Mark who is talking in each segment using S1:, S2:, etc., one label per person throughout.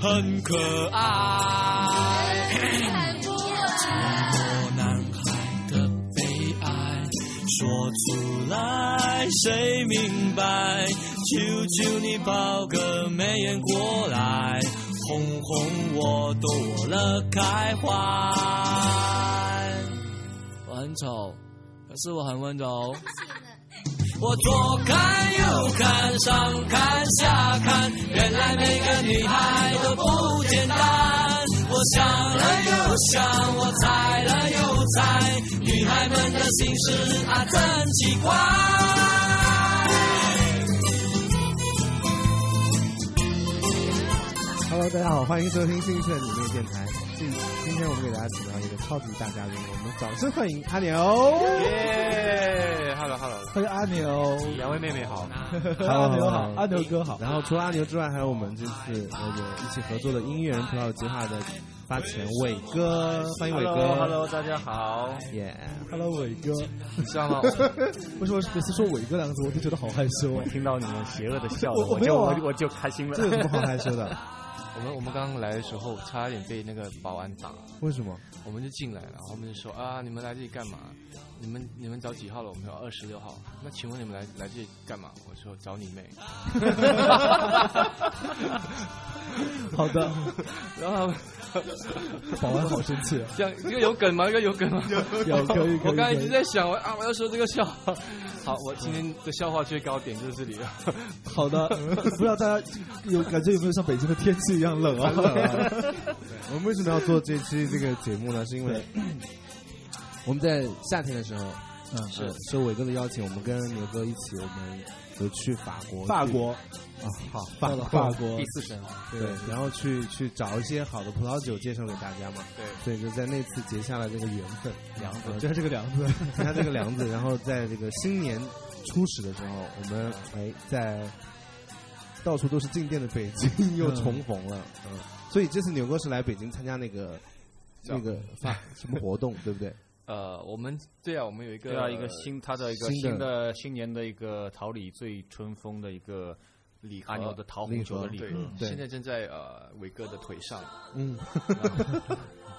S1: 很可爱。
S2: 看不来，
S1: 我男孩的悲哀，说出来谁明白？求求你抱个眉眼过来，哄哄我，逗我乐开怀。我很丑，可是我很温柔。我左看右看，上看下看，原来每个女孩都不简单。我想了又想，我猜了又猜，女孩们的心事啊真奇怪。
S3: Hello，大家好，欢迎收听新一期的你妹电台。这今天我们给大家请到一个超级大嘉宾，我们掌声欢迎阿牛。
S4: 耶哈喽哈喽，
S5: 欢迎阿牛，
S4: 两位妹妹好。
S5: 阿牛好，阿牛哥好。
S3: 然后除了阿牛之外，还有我们这次那个一起合作的音乐人葡萄计划的发起人伟哥，欢迎伟
S4: h
S3: 哥。
S4: e l 大家好。
S3: 耶
S5: Hello，伟哥，
S4: 你知道吗？
S5: 为什么每次说伟哥两个字，我就觉得好害羞
S4: 我
S5: 啊？
S4: 听到你们邪恶的笑
S5: 我
S4: 了，
S5: 我没
S4: 就
S5: 有啊
S4: 我就我就开心了
S3: 这。有什么好害羞 的？
S4: 我们我们刚来的时候，差一点被那个保安打。
S3: 为什么？
S4: 我们就进来了，然后我们就说啊，你们来这里干嘛？你们你们找几号了？我们说二十六号。那请问你们来来这里干嘛？我说找你妹。
S5: 好的，
S4: 然后
S5: 保安好生气啊。
S4: 这样这个有梗吗？这个有梗吗？
S5: 有可以可以
S4: 我刚才一
S5: 可
S4: 直
S5: 以
S4: 在想，我啊，我要说这个笑话。 好，我今天的笑话最高点就是这里了。
S5: 好的，不知道大家有感觉有没有像北京的天气一样冷啊？
S3: 我们为什么要做这期这个节目呢？是因为我们在夏天的时候，
S5: 嗯
S3: 是受伟哥的邀请，我们跟牛哥一起，我们有去法国，
S5: 法国，
S3: 啊，好，
S5: 到
S3: 法
S5: 了
S3: 国，
S5: 法 国，
S4: 四声。啊
S3: 对，然后去去找一些好的葡萄酒介绍给大家嘛，
S4: 对，
S3: 所以就在那次结下了这个缘分，
S4: 梁子。
S5: 就是这个梁子。
S3: 结下这个梁子，然后在这个新年初始的时候，我们哎在到处都是静电的北京又重逢了，嗯，所以这次牛哥是来北京参加那个那个 发什么活动，对不对？
S4: 呃，我们对啊，我们有一个
S6: 对啊，一个新他的一个
S3: 新的
S6: 新的新年的一个桃李醉春风的一个
S4: 礼盒
S6: 阿牛的桃
S3: 礼
S6: 红酒
S3: 盒
S6: 的礼嗯
S4: 对
S6: 盒，，
S3: 对
S4: 现在正在呃伟哥的腿上，
S3: 嗯，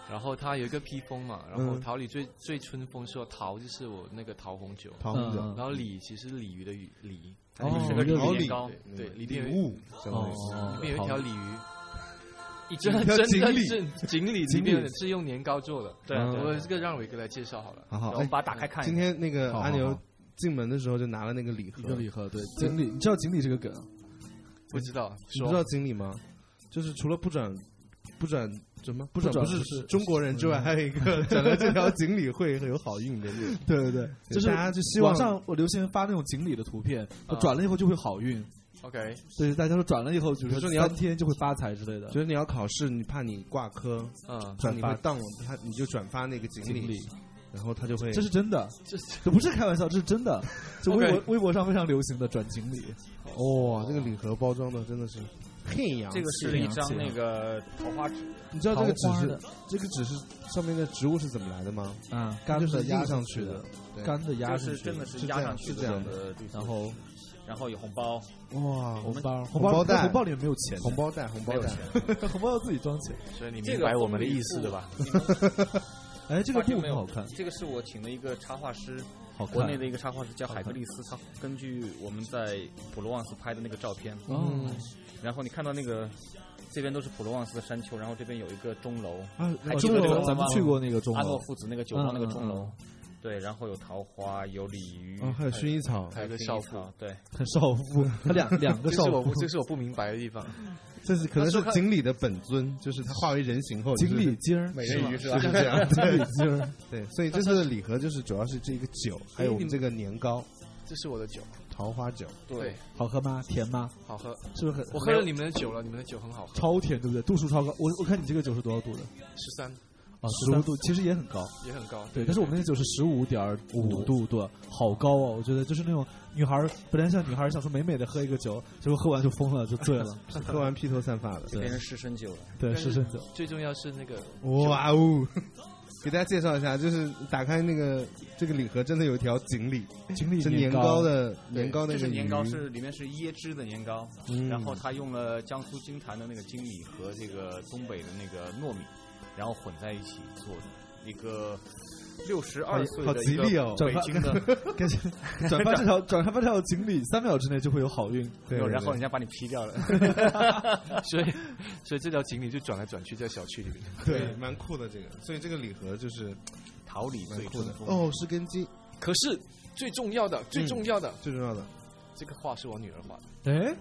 S4: 然后他有一个披风嘛，然后
S3: 嗯
S4: 桃李最最春风说桃就是我那个桃红酒，
S3: 桃红酒，
S5: 嗯
S4: 然后鲤其实鲤鱼的鱼鲤，
S5: 哦
S4: 就是那个
S5: 有
S4: 鱼
S3: 鲤
S4: 年糕，对，
S6: 嗯
S4: 里边有
S3: 嗯礼物，相当于是
S4: 里
S5: 哦
S4: 面有一条鲤鱼。一真
S3: 条
S4: 真的
S3: 锦鲤
S4: 是锦鲤里
S3: 锦鲤
S4: 面是用年糕做的，
S6: 对
S3: 啊对
S4: 我这个让伟哥来介绍好了。
S3: 好好，
S6: 然后
S3: 哎
S6: 把它打开看
S3: 今
S6: 一下。
S3: 天那个
S5: 好好
S3: 阿牛
S5: 好
S3: 进门的时候就拿了那个礼盒，
S5: 一个礼盒，对，锦鲤，你知道锦鲤这个梗啊？
S4: 不知道，
S3: 你不知道锦鲤吗？就是除了不转不转什么不转
S5: 转
S3: 不
S5: 不
S3: 是
S5: 是嗯
S3: 中国人之外，还有一 个整了这条锦鲤会有好运的路。
S5: 对对对，就是
S3: 大家就希望
S5: 网，上我流行发那种锦鲤的图片，
S4: 啊
S5: 转了以后就会好运，
S4: OK，
S5: 所以大家说转了以后，比如
S3: 比如说
S5: 说
S3: 你要
S5: 三天就会发财之类的。
S3: 就是你要考试，你怕你挂科，
S4: 嗯，
S3: 怕
S5: 转
S3: 你
S5: 发
S3: 会当，他你就转发那个锦
S5: 锦
S3: 鲤
S5: 鲤，，
S3: 然后他就会
S5: 这是真的，
S4: 这
S5: 这不是开玩笑，这是真的。就微
S4: OK
S5: 博微博上非常流行的转锦鲤，
S3: 哇，这个礼盒包装的真的是嘿呀，
S6: 这个是一张那个桃花纸，
S3: 啊你知道这个纸
S5: 桃花
S3: 是
S5: 的
S3: 这个纸是上面的植物是怎么来的吗？
S5: 啊，干
S3: 就是
S5: 的
S3: 印
S5: 压
S3: 上
S5: 去
S3: 去的，，对
S5: 干的
S6: 就
S5: 压上
S6: 是
S5: 去，
S6: 真的
S3: 是这
S6: 是
S3: 样
S6: 压上去
S3: 是这样
S6: 的，
S5: 然后
S6: 然后有红包，
S3: 哇，
S5: 红包
S3: 红
S5: 红
S3: 包
S5: 包
S3: 袋
S5: 但红包里面没有钱，
S3: 红包袋红包袋，
S5: 红包要自己装钱。
S4: 所以你
S6: 这
S4: 明
S6: 个
S4: 白我们的意思对吧？？
S5: 哎，
S6: 这
S5: 这个布很好看，
S6: 这个是我请的一个插画师，
S5: 好看。
S6: 国内的一个插画师叫海格力斯，他根据我们在普罗旺斯拍的那个照片，
S5: 哦，
S3: 嗯
S6: 然后你看到那个这边都是普罗旺斯的山丘，然后这边有一个钟楼，
S3: 啊，
S6: 还
S5: 哦
S6: 记得
S5: 这
S6: 这
S5: 个
S6: 个
S5: 咱们
S6: 吗
S5: 去过那个钟
S6: 阿诺
S5: 楼，
S6: 父子那个酒庄那个钟
S5: 嗯嗯
S6: 楼，对，然后有桃花，有鲤鱼，
S3: 哦，还有薰衣草，
S4: 还有个
S6: 薰衣
S4: 校
S6: 草
S4: 服，
S6: 对，
S5: 很 少妇，他两两个
S4: 这
S5: 少
S4: 是我
S5: 妇
S4: 不，这是我不明白的地方。
S3: 这是可能是锦鲤的本尊，就是它化为人形后，
S5: 锦鲤精儿，
S3: 美
S6: 人鱼
S3: 是
S6: 是
S3: 吧？
S6: 吧
S3: 就是这 样，
S5: 锦鲤精儿，
S3: 对，所以这次的礼盒就是主要是这个酒，还有我们这个年糕，
S4: 这是我的酒，
S3: 桃花酒，
S5: 哎
S4: 对，
S5: 好喝吗？甜吗？
S4: 好喝。
S5: 是不是很？
S4: 我喝了你们的酒了，你们的酒很好喝，
S5: 超甜，对不对？度数超高。我我看你这个酒是多少度的？
S4: 十三
S5: 啊，
S3: 15
S5: 度，其实也很高。
S4: 也很高。
S5: 对，但是我们那个酒是十五点五度，对，好高哦！我觉得就是那种女孩儿，本来像女孩儿想说美美的喝一个酒，结果喝完就疯了，就醉 了。
S3: 喝完披头散发的。
S5: 对
S6: 变成湿身酒了。
S5: 对，是真酒。
S4: 最重要是那个
S3: 哇哦！ 给大家介绍一下，就是打开那个这个礼盒，真的有一条锦鲤，
S5: 经历
S3: 是年糕
S5: 糕，
S3: 的年糕那
S6: 这
S3: 个
S6: 是年糕，
S3: 鱼
S6: 是里面是椰汁的年糕，
S3: 嗯
S6: 然后他用了江苏金坛的那个精米和这个东北的那个糯米，然后混在一起做的一个六十二岁
S3: 好
S6: 的
S3: 吉
S6: 一
S3: 利哦
S6: 个北京的，
S5: 感觉转发这条转发这条锦鲤，三秒之内就会有好运。
S3: 对
S6: 没有然后人家把你劈 掉了。
S4: 所以，所以这条锦鲤就转来转去在小区里面。
S3: 对，蛮酷的这个，所以这个礼盒就是
S6: 桃李
S3: 蛮
S6: 最
S3: 酷
S6: 正
S3: 的
S6: 宗。
S3: 哦，是根基
S4: 可是最重要的，最重要的，
S3: 最重要的，
S4: 这个画是我女儿画的。
S5: 哎，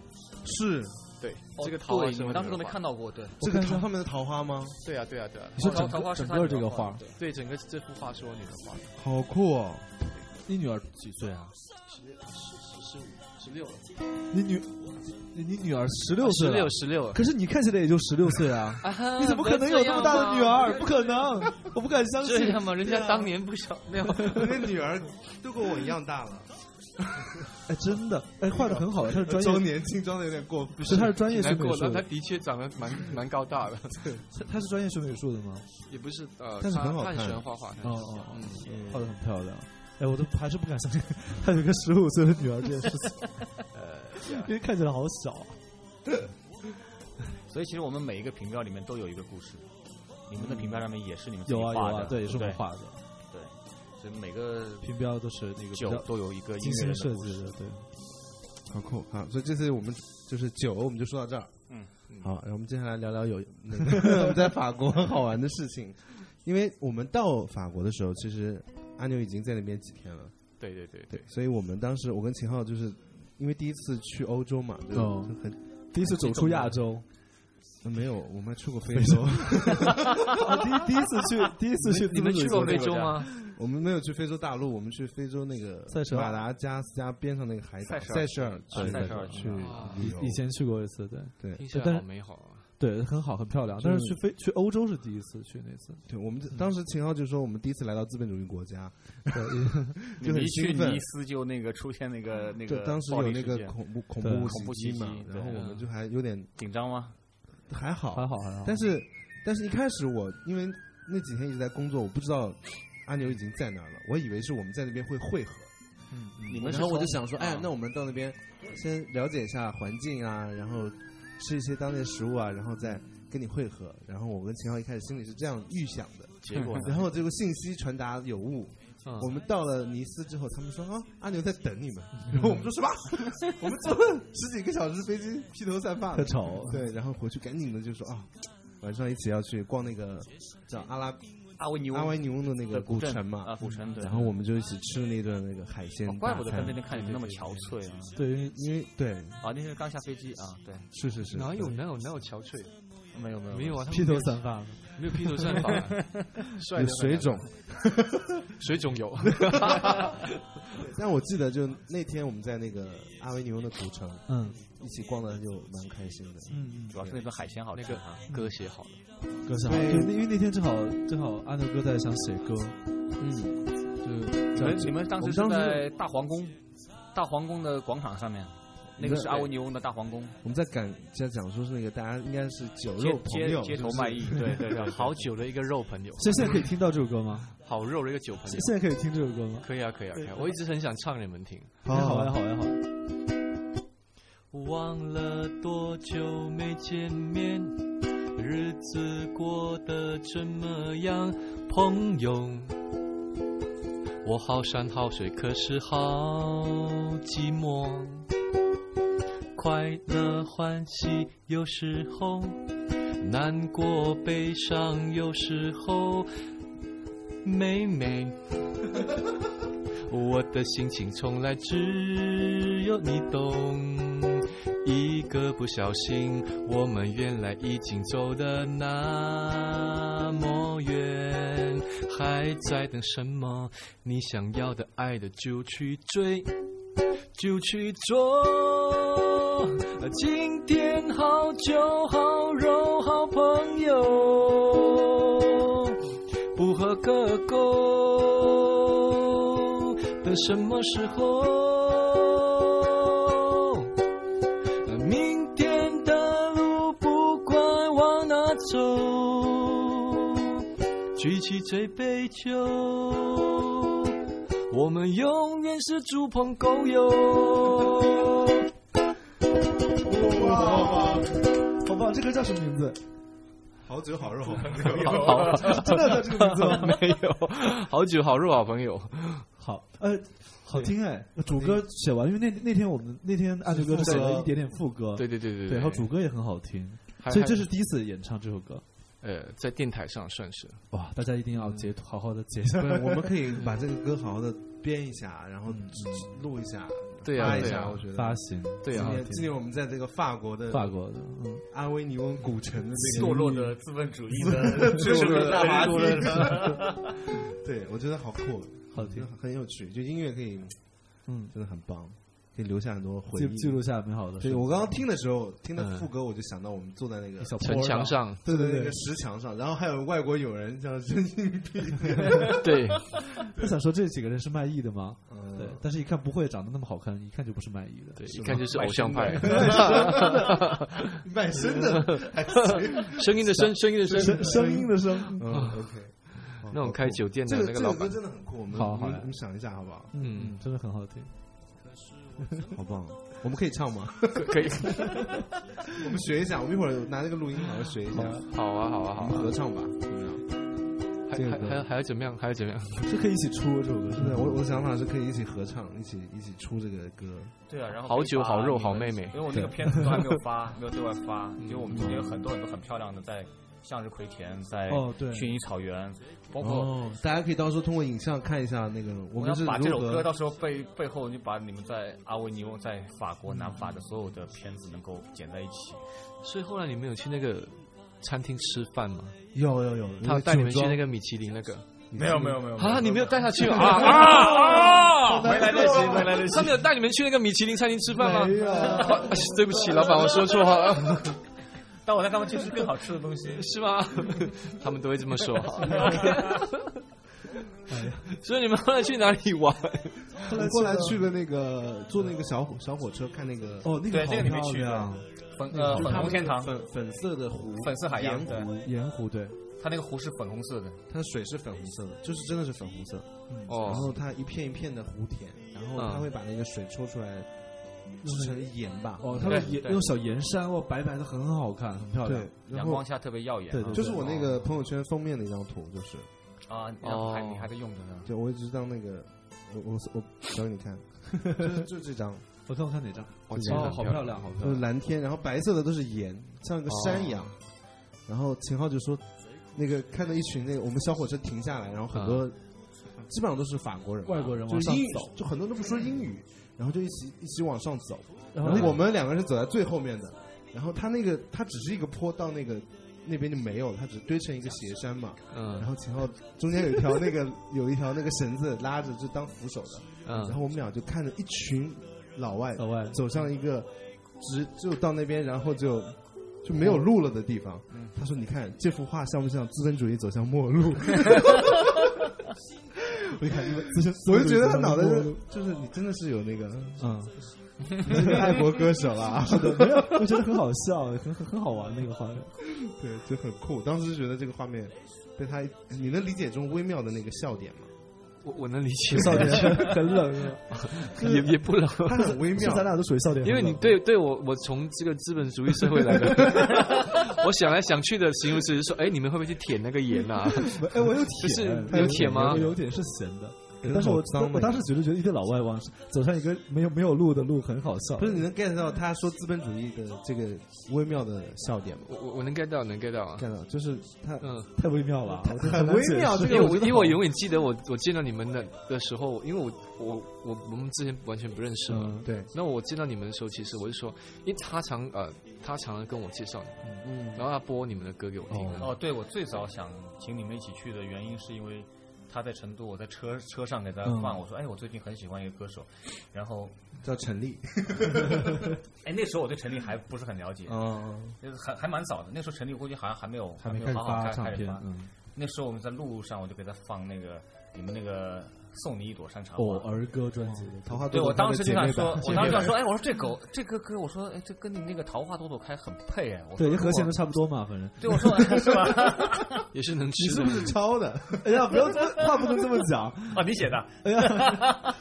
S3: 是
S4: 对，
S6: 哦
S4: 这个桃花
S6: 对
S4: 是
S6: 你
S4: 我
S6: 们当时都没
S4: 看
S6: 看到过，对，
S3: 这个桃上面的桃花吗？
S4: 对啊，对啊，对啊。
S5: 你说
S6: 桃
S5: 整
S6: 桃花
S5: 个
S6: 是
S5: 整
S6: 他女
S5: 个
S6: 儿
S5: 这个
S6: 画
S5: 画
S6: 的，对
S4: 对，整个这幅画是我女儿画的，
S3: 好酷哦！
S5: 你女儿几岁啊？
S4: 十十十五、十六了，
S5: 你女你你女儿十六岁
S4: 十
S5: 了，
S4: 六十六。
S5: 可是你看起来也就十六 岁啊，你怎么可能有那么大的女儿？不可能，我不敢相信
S4: 这。样嘛，人家当年不小，没有。
S3: 我的女儿都跟我一样大了，
S5: 哎，真的，哎，画的很好，他是专
S3: 装
S5: 业，
S3: 年轻装的有点过分。
S5: 是他是专业学
S4: 难
S5: 美
S4: 过
S5: 术
S4: 了，她
S5: 的，
S4: 的确长得蛮蛮高大的，
S5: 他他是专业学美术的吗？
S4: 也不是呃，
S3: 但是
S4: 她
S3: 很好
S4: 她很
S3: 看
S4: 喜欢画画。
S5: 哦哦哦
S4: 嗯，
S5: 画的很漂亮。哎，我都还是不敢相信他有一个十五岁的女儿这件事情， 因为看起来好小啊。
S6: 所以其实我们每一个评标里面都有一个故事，你们的评标上面也是你们自己
S5: 有啊
S6: 画
S5: 有
S6: 的，
S5: 啊，对，也是我
S6: 对
S5: 画的，
S6: 对，所以每个
S5: 评标都是那个比
S6: 酒
S5: 较
S6: 都有一个音
S5: 精
S6: 乐人
S5: 心设
S6: 的故
S5: 计
S6: 事。
S5: 的，对。
S3: 好酷好，所以这次我们就是酒，我们就说到这儿。
S6: 嗯嗯
S3: 好，然后我们接下来聊聊 有那个我们在法国好玩的事情，因为我们到法国的时候，其实阿牛已经在那边几天了，
S4: 对对对
S3: 对，所以我们当时我跟秦昊就是因为第一次去欧洲嘛，就
S5: 哦
S3: 就很、
S5: 第一次走出亚洲，
S3: 呃没有，我们还去过非洲，
S5: 啊第第一次去，第一次去，
S4: 你们去过非洲吗？
S3: 我们没有去非洲大陆，我们去非洲那个
S5: 塞舌
S3: 马
S5: 尔
S3: 达加斯加边上那个海岛
S6: 塞舌尔
S3: 塞舌尔去
S6: 塞舌尔
S3: 去
S4: 啊
S3: 旅
S5: 以
S3: 游，
S5: 前去过一次，对
S3: 对
S4: 听起来
S5: 但
S4: 好
S5: 是
S4: 美好啊！
S5: 对，很好，很漂亮。但是去非去欧洲是第一次去那次，
S3: 对，我们当时秦昊就说我们第一次来到资本主义国家，
S6: 你们一去
S3: 兴奋
S6: 尼斯就那个出现那个那
S3: 就
S6: 个
S3: 当时
S6: 暴
S3: 有
S6: 力
S3: 那
S6: 事
S3: 个
S6: 件
S3: 恐怖恐
S5: 对
S3: 怖
S6: 恐怖
S3: 袭
S6: 袭
S3: 击
S6: 击
S3: 嘛，
S6: 对
S3: 然后我们
S4: 嗯
S3: 就还有点
S6: 紧张吗？
S3: 还好，
S5: 还好还好。
S3: 但是但是一开始我因为那几天一直在工作，我不知道阿牛已经在那儿了，我以为是我们在那边会汇合。
S6: 你们
S3: 然
S6: 是
S3: 后我
S6: 从
S3: 就想嗯说，哎
S6: 啊，
S3: 那我们到那边先了解一下环境啊，然后吃一些当地食物啊，然后再跟你汇合。然后我跟秦昊一开始心里是这样预想的，
S6: 结果呢
S3: 然后这个信息传达有误。
S4: 嗯
S3: 我们到了尼斯之后，他们说啊，阿牛在等你们。
S6: 嗯
S3: 然后我们说什 么？我们坐了十几个小时飞机，披头散发的
S5: 特。丑，
S3: 对，然后回去赶紧的就说啊，晚上一起要去逛那个叫阿拉
S6: 阿维尼
S3: 阿维尼翁的那个
S6: 的
S3: 古
S6: 古
S3: 城嘛
S6: 啊，。古城对。
S3: 然后我们就一起吃了那顿那个海鲜
S6: 哦
S3: 大餐，
S6: 怪不得在那边看你们那么憔悴啊！
S5: 对，因为
S3: 因为对，
S6: 啊，那是刚下飞机啊，对，
S3: 是是是，
S4: 哪有
S3: 对
S4: 哪有哪有憔悴？
S6: 没有没有
S4: 没有啊，他们
S5: 披头散发，
S4: 没有披头散发，啊 帅
S3: 有
S4: 得很啊
S3: 水肿？
S4: 水肿 有。
S3: 但我记得就那天我们在那个阿维尼翁的古城
S5: 嗯
S3: 一起逛的就蛮开心的。
S5: 嗯
S6: 主要是那顿海鲜好吃啊。
S4: 歌写好了，
S5: 嗯，歌是好，
S3: 对
S5: 对，那因为那天正好正好阿牛哥在想写歌，
S3: 嗯，
S5: 就是
S6: 你
S5: 这
S6: 们
S5: 样
S6: 你们当时
S3: 我
S6: 是
S3: 们当时
S6: 在大皇宫，大皇宫的广场上面，那个是阿维尼翁的大皇宫，
S3: 我们在赶在讲说是那个大家应该是酒
S6: 街
S3: 肉朋
S6: 街
S3: 友，
S6: 街
S3: 是
S6: 头
S3: 不是
S6: 卖艺，对对 对，
S4: 好酒的一个肉朋友，
S5: 所以现在可以听到这首歌吗？
S4: 好肉的一个酒朋
S5: 现
S4: 友。
S5: 现在可以听这首歌吗？
S4: 可以啊，可以啊，可以啊！我一直很想唱给你们听。
S5: 好好玩，好玩，好玩。
S4: 忘了多久没见面，日子过得怎么样，朋友？我好山好水，可是好寂寞。快乐欢喜有时候，难过悲伤有时候，每每 我的心情从来只有你懂。一个不小心，我们原来已经走得那么远，还在等什么？你想要的、爱的就去追，就去做。今天好酒好肉好朋友，不喝个够。等什么时候？明天的路不管往哪走，举起这杯酒，我们永远是猪朋狗友。
S5: 哇，好棒！这歌叫什么名字？
S3: 好酒好肉好
S4: 好，
S5: 真的叫这个名字吗？
S4: 没有，好酒好肉好朋友，
S5: 好，呃，好听哎，主歌写完，因为那那天我们那天阿哲哥写了一点点副歌，
S4: 对对对对
S5: 对，然后主歌也很好听，
S4: 还
S5: 所以这
S4: 还
S5: 是第一次演唱这首歌，
S4: 呃在电台上算是
S5: 哇，大家一定要截图，好好的 截一下
S3: 对，，我们可以把这个歌好好的编一下，然后录一下，
S4: 对啊
S3: 发一
S4: 对
S3: 下，
S4: 啊
S3: 我觉得
S5: 发。行
S4: 对
S3: 今
S4: 啊，
S3: 年今年我们在这个法国的
S5: 法国的，嗯。
S3: 阿维尼翁古城的这
S6: 堕
S3: 个
S6: 落的资本主义的知识
S3: 落
S6: 分
S3: 的
S6: 子大
S3: 大
S6: 麻
S3: 麻
S6: 痹
S3: 对我觉得好酷，
S5: 好听，
S3: 很有趣，就音乐可以，
S5: 嗯，
S3: 真的很棒，可以留下很多回
S5: 记
S3: 忆。
S5: 记录下美好的时
S3: 对
S5: 光。
S3: 我刚刚听的时候，听的副歌我就想到我们坐在那个
S5: 一小坡
S4: 城墙
S5: 上，
S4: 上，
S3: 对对，
S5: 对
S3: 那个石墙上，然后还有外国友人叫真心病，
S4: 对，
S5: 他想说这几个人是卖艺的吗？
S3: 嗯
S5: 对， 但是一看不会长得那么好看，一看就不是卖艺的。
S4: 对，一看就是偶像派，
S3: 卖身的，还行
S4: 声音的声，声音的声
S5: 声，声音的声，
S3: 嗯，OK，
S4: 那种开酒店的
S3: 这个
S4: 那
S3: 这
S4: 老
S3: 首歌
S4: 板，
S3: 真的很酷，我们
S5: 好
S3: 我
S5: 好
S3: 们
S5: 来
S3: 我们想一下好不好？
S5: 嗯，真的很好听。
S3: 好棒，我们可以唱吗？
S4: 可以，
S3: 我们学一下，我们一会儿拿那个录音好好学一下，
S4: 好啊好啊
S3: 我
S4: 好
S3: 们
S4: 啊
S3: 合，唱吧，怎么样？
S4: 还
S3: 这个
S4: 还还要还要怎么样？啊还要怎么样？
S5: 是可以一起出这首歌，是
S3: 对，
S5: 不
S3: 我我想法是可以一起合唱，一起一起出这个歌。
S6: 对啊，然后
S4: 好酒
S6: 可以发
S4: 好肉
S6: 你们
S4: 好妹妹
S6: 因为我那 个片子都还没有发，没有对外发，因为我们中间有很多很多很漂亮的在向日葵田，在
S5: 哦对
S6: 薰衣草原，包括
S3: 哦，大家可以到时候通过影像看一下那个我们
S6: 要
S3: 是
S6: 把这
S3: 如
S6: 首歌
S3: 何
S6: 到时候背背后，你把你们在阿维尼翁在法国南法的所有的片子能够剪在一起，
S4: 所以后来你们有去那个餐厅吃饭吗？
S5: 有有有，
S4: 他带你们去那个米其林那个
S6: 没有没有没有哦
S4: 啊？你没有带他去啊啊啊！
S6: 没来得及，没来得及。
S4: 他没有带你们去那个米其林餐厅吃饭吗？
S5: 有，
S4: 啊 对不起，老板，我说 错话了，
S6: 但我带他们去吃更好吃的东西。
S4: 是吗？他们都会这么说。 所以你们后来去哪里玩？
S3: 后来后来去了那个坐那个小火小火车看那个
S5: 哦，那个
S6: 对
S5: 好
S6: 这个你没
S5: 漂
S6: 去
S5: 亮，
S6: 粉呃
S3: 就是
S6: 粉
S3: 他
S6: 红
S3: 们
S6: 天堂，
S3: 粉粉色的湖，
S6: 粉色海洋，
S3: 盐湖
S6: 对，
S5: 盐湖对，
S6: 它那个湖是粉红色的，
S3: 它的水是粉红色的，就是真的是粉红色。然
S4: 哦，
S3: 后它一片一片的湖田，然后它
S4: 嗯
S3: 会把那个水抽出来制成盐吧。
S5: 哦，他们
S6: 对
S5: 盐
S6: 对
S5: 用小盐山，哦，白白的，很好看，很漂亮
S3: 对。，然
S6: 阳
S3: 后
S6: 光下特别耀眼啊。
S5: 对对
S3: 就是我那个朋友圈封面的一张图，就是
S6: 啊，然后还
S4: 哦
S6: 你还在用着呢。
S3: 就我一直当那个我我我小给你看， 就是就这张，
S5: 我看我看哪张？
S4: 我
S3: 这
S4: 觉
S3: 个
S5: 哦，
S4: 得
S5: 好漂，亮，好漂哦
S3: 就是
S5: 亮。
S3: 蓝天，然后白色的都是盐，像个山一样。然后秦昊就说，那个看到一群那个我们小火车停下来，然后很多、基本上都是法国人嘛，
S5: 啊外国人
S3: 就
S5: 往
S3: 是
S5: 上
S3: 英语
S5: 走，
S3: 就很多人都不说英语，然后就一起一起往上走。
S5: 然
S3: 然
S5: 那
S3: 后
S5: 个
S3: 我们两个人是走在最后面的，然后他那个他只是一个坡到那个那边就没有了，他只堆成一个斜山嘛。然
S4: 嗯
S3: 后前后中间有一条那个 有一条那个绳子拉着，就当扶手的。然
S4: 嗯，
S3: 后我们俩就看着一群老外
S5: 老外
S3: 走上一个直就到那边，然后就就没有路了的地方。他说：“你看这幅画像不像资本主义走向末路？”
S5: 我一看 你们自身，
S3: 我就觉得他脑袋
S5: 自身
S3: 就就是你真的是有那个
S5: 嗯，
S3: 你是个爱国歌手啊，
S5: 没有，我觉得很好笑，很很很好玩那个画面。
S3: 对，就很酷。当时觉得这个画面被他，你能理解这种微妙的那个笑点吗？
S4: 我我能理解，
S5: 笑点 很冷，
S4: 也也不冷。
S3: 他很微
S5: 是
S3: 妙，
S5: 咱俩都属于笑点很
S4: 因为
S5: 冷，
S4: 你对对我，我从这个资本主义社会来 的，我想来想去的形容词是说，哎，你们会不会去舔那个盐啊？
S5: 哎，我有
S4: 不
S5: 舔，
S4: 是
S5: 它
S4: 有舔吗
S5: 有点是咸的，
S3: 可是
S5: 但是我
S3: 好脏那个
S5: 我当时觉得觉得一堆老外往走上一个没有没有路的路很好笑，
S3: 不是你能 get 到他说资本主义的这个微妙的笑点吗
S4: 我我我能 get 到，能 get 到啊。
S3: ？get 到，就是他
S4: 嗯，
S5: 太微妙了，我觉得
S3: 很
S5: 难
S3: 微
S5: 解
S3: 妙，
S5: 释
S3: 这
S4: 因
S3: 个
S4: 为
S3: 觉
S4: 我
S3: 得
S4: 因为我
S3: 好
S4: 永远记得我我见到你们的的时候，因为我我我我们之前完全不认识嘛。
S5: 嗯，
S3: 对，
S4: 那我见到你们的时候，其实我是说，因为他常呃他常跟我介绍你们，
S3: 嗯，哦
S4: 然后他播你们的歌给我听啊。
S6: 哦，对，我最早想请你们一起去的原因是因为他在成都，我在车车上给他放，我说哎，我最近很喜欢一个歌手，然后
S3: 叫陈立，
S6: 哎那时候我对陈立还不是很了解，
S3: 嗯，
S6: 就是还还蛮早的，那时候陈立估计好像还没有
S5: 还没
S6: 没
S5: 开始
S6: 有好好
S5: 发
S6: 开
S5: 唱
S6: 开始
S5: 片
S6: 发，，
S5: 嗯，
S6: 那时候我们在路上，我就给他放那个你们那个送你一朵山茶花。
S5: 哦，儿歌专辑，
S3: 桃花
S6: 对，
S3: 朵
S6: 我
S3: 朵开
S6: 当
S3: 的
S6: 时
S3: 姐
S6: 就
S3: 妹版姐妹
S6: 想说，我当时就 想
S3: 版
S6: 说，哎，我说这狗这个歌，我说，哎，这跟你那个桃花朵朵开很配哎。我
S5: 对，
S6: 说
S5: 和弦都
S6: 我
S5: 差不多嘛，反正。
S6: 对，我说哎是吧？
S7: 也是能
S3: 你
S7: 吃
S3: 是
S7: 的
S3: 不。是抄的？
S5: 哎呀，不要这 话不能这么 讲，
S6: 哦，你写的。
S5: 哎呀，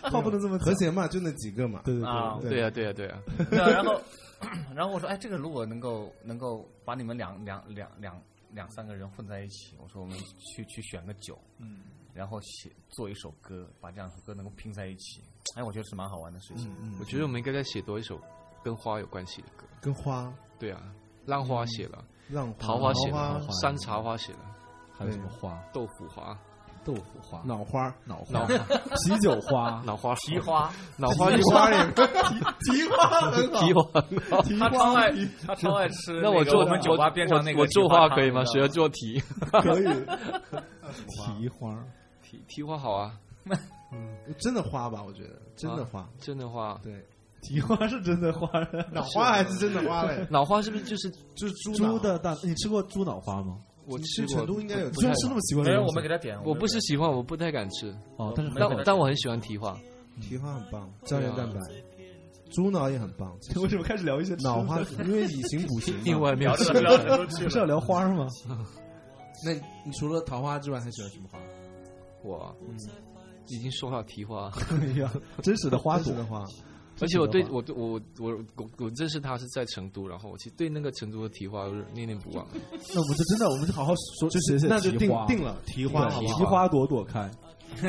S5: 话不能这么
S3: 和
S5: 讲。
S3: 谐嘛，就那几个嘛。
S5: 对对
S6: 啊
S5: 对
S7: 对呀，对呀，对呀，
S6: 对啊，然后 然后我说，哎，这个如果能够能够把你们两两两两两三个人混在一起，我说我们去去选个酒，嗯，然后写做一首歌，把这两首歌能够拼在一起，哎，我觉得是蛮好玩的事情。
S7: 我觉得我们应该再写多一首跟花有关系的歌。
S3: 跟花
S7: 对啊，浪花写了，
S3: 浪花、
S7: 桃花写
S3: 嗯花
S7: 了，山茶花写了，
S5: 还有什么花？
S7: 豆腐 花、
S5: 豆腐花、
S3: 脑花、
S5: 脑
S7: 脑
S5: 花、
S7: 花、
S5: 啤酒花、
S7: 脑 花、
S6: 提花，
S7: 脑花
S3: 提
S7: 就
S3: 花也 提花很 好，
S7: 提花。
S3: 提
S6: 他超
S3: 花
S6: 爱他超爱 吃。
S7: 那
S6: 我
S7: 做
S6: 我们酒吧边上那个
S7: 我
S6: 提
S7: 做
S6: 花
S7: 花可以吗？
S6: 汤
S7: 谁要做题？
S3: 可以，
S5: 蹄花。
S7: 提提花好啊，
S3: 嗯真的花吧？我觉得真的花，
S7: 真的花。
S3: 对，
S5: 蹄花是真的花，
S3: 脑花还是真的花 嘞？
S7: 脑花是不是就是
S3: 就是猪
S5: 猪
S3: 脑
S5: 的大？你吃过猪脑花吗？
S7: 我
S3: 其
S7: 吃
S3: 实
S7: 过
S3: 成？都应该有
S5: 你
S3: 这
S5: 居
S3: 种
S5: 然吃那么奇怪
S6: 没
S5: 的
S6: 有，
S5: 东
S6: 我
S5: 西？
S6: 们给他点。
S7: 我不
S6: 们
S7: 是喜欢，我不太敢吃，
S5: 哦，但是
S6: 没有
S5: 很
S7: 但
S5: 好
S7: 我但我很喜欢蹄花。
S3: 蹄花很棒，胶原蛋白，猪脑也很棒，其实
S5: 啊为什么开始聊一些吃的
S3: 脑花因为以形补形嘛。
S7: 另外没有
S6: 聊
S7: 吃
S6: 着聊着都去
S5: 不是
S6: 了。
S5: 要聊花吗？
S3: 那你除了桃花之外，还喜欢什么花？
S7: 我嗯已经说了蹄花，
S5: 哎呀，真实的花
S3: 花
S5: 朵
S3: 朵的花，
S7: 而且我对
S5: 蹄花
S7: 我对我我我我认识他是在成都，然后我其实对那个成都的蹄花就是念念不忘。
S5: 那我们就真的，我们就好好说，就写写
S3: 那就
S5: 蹄
S3: 定
S5: 花
S3: 定了蹄花，好不
S5: 蹄
S3: 好？
S5: 花朵朵开，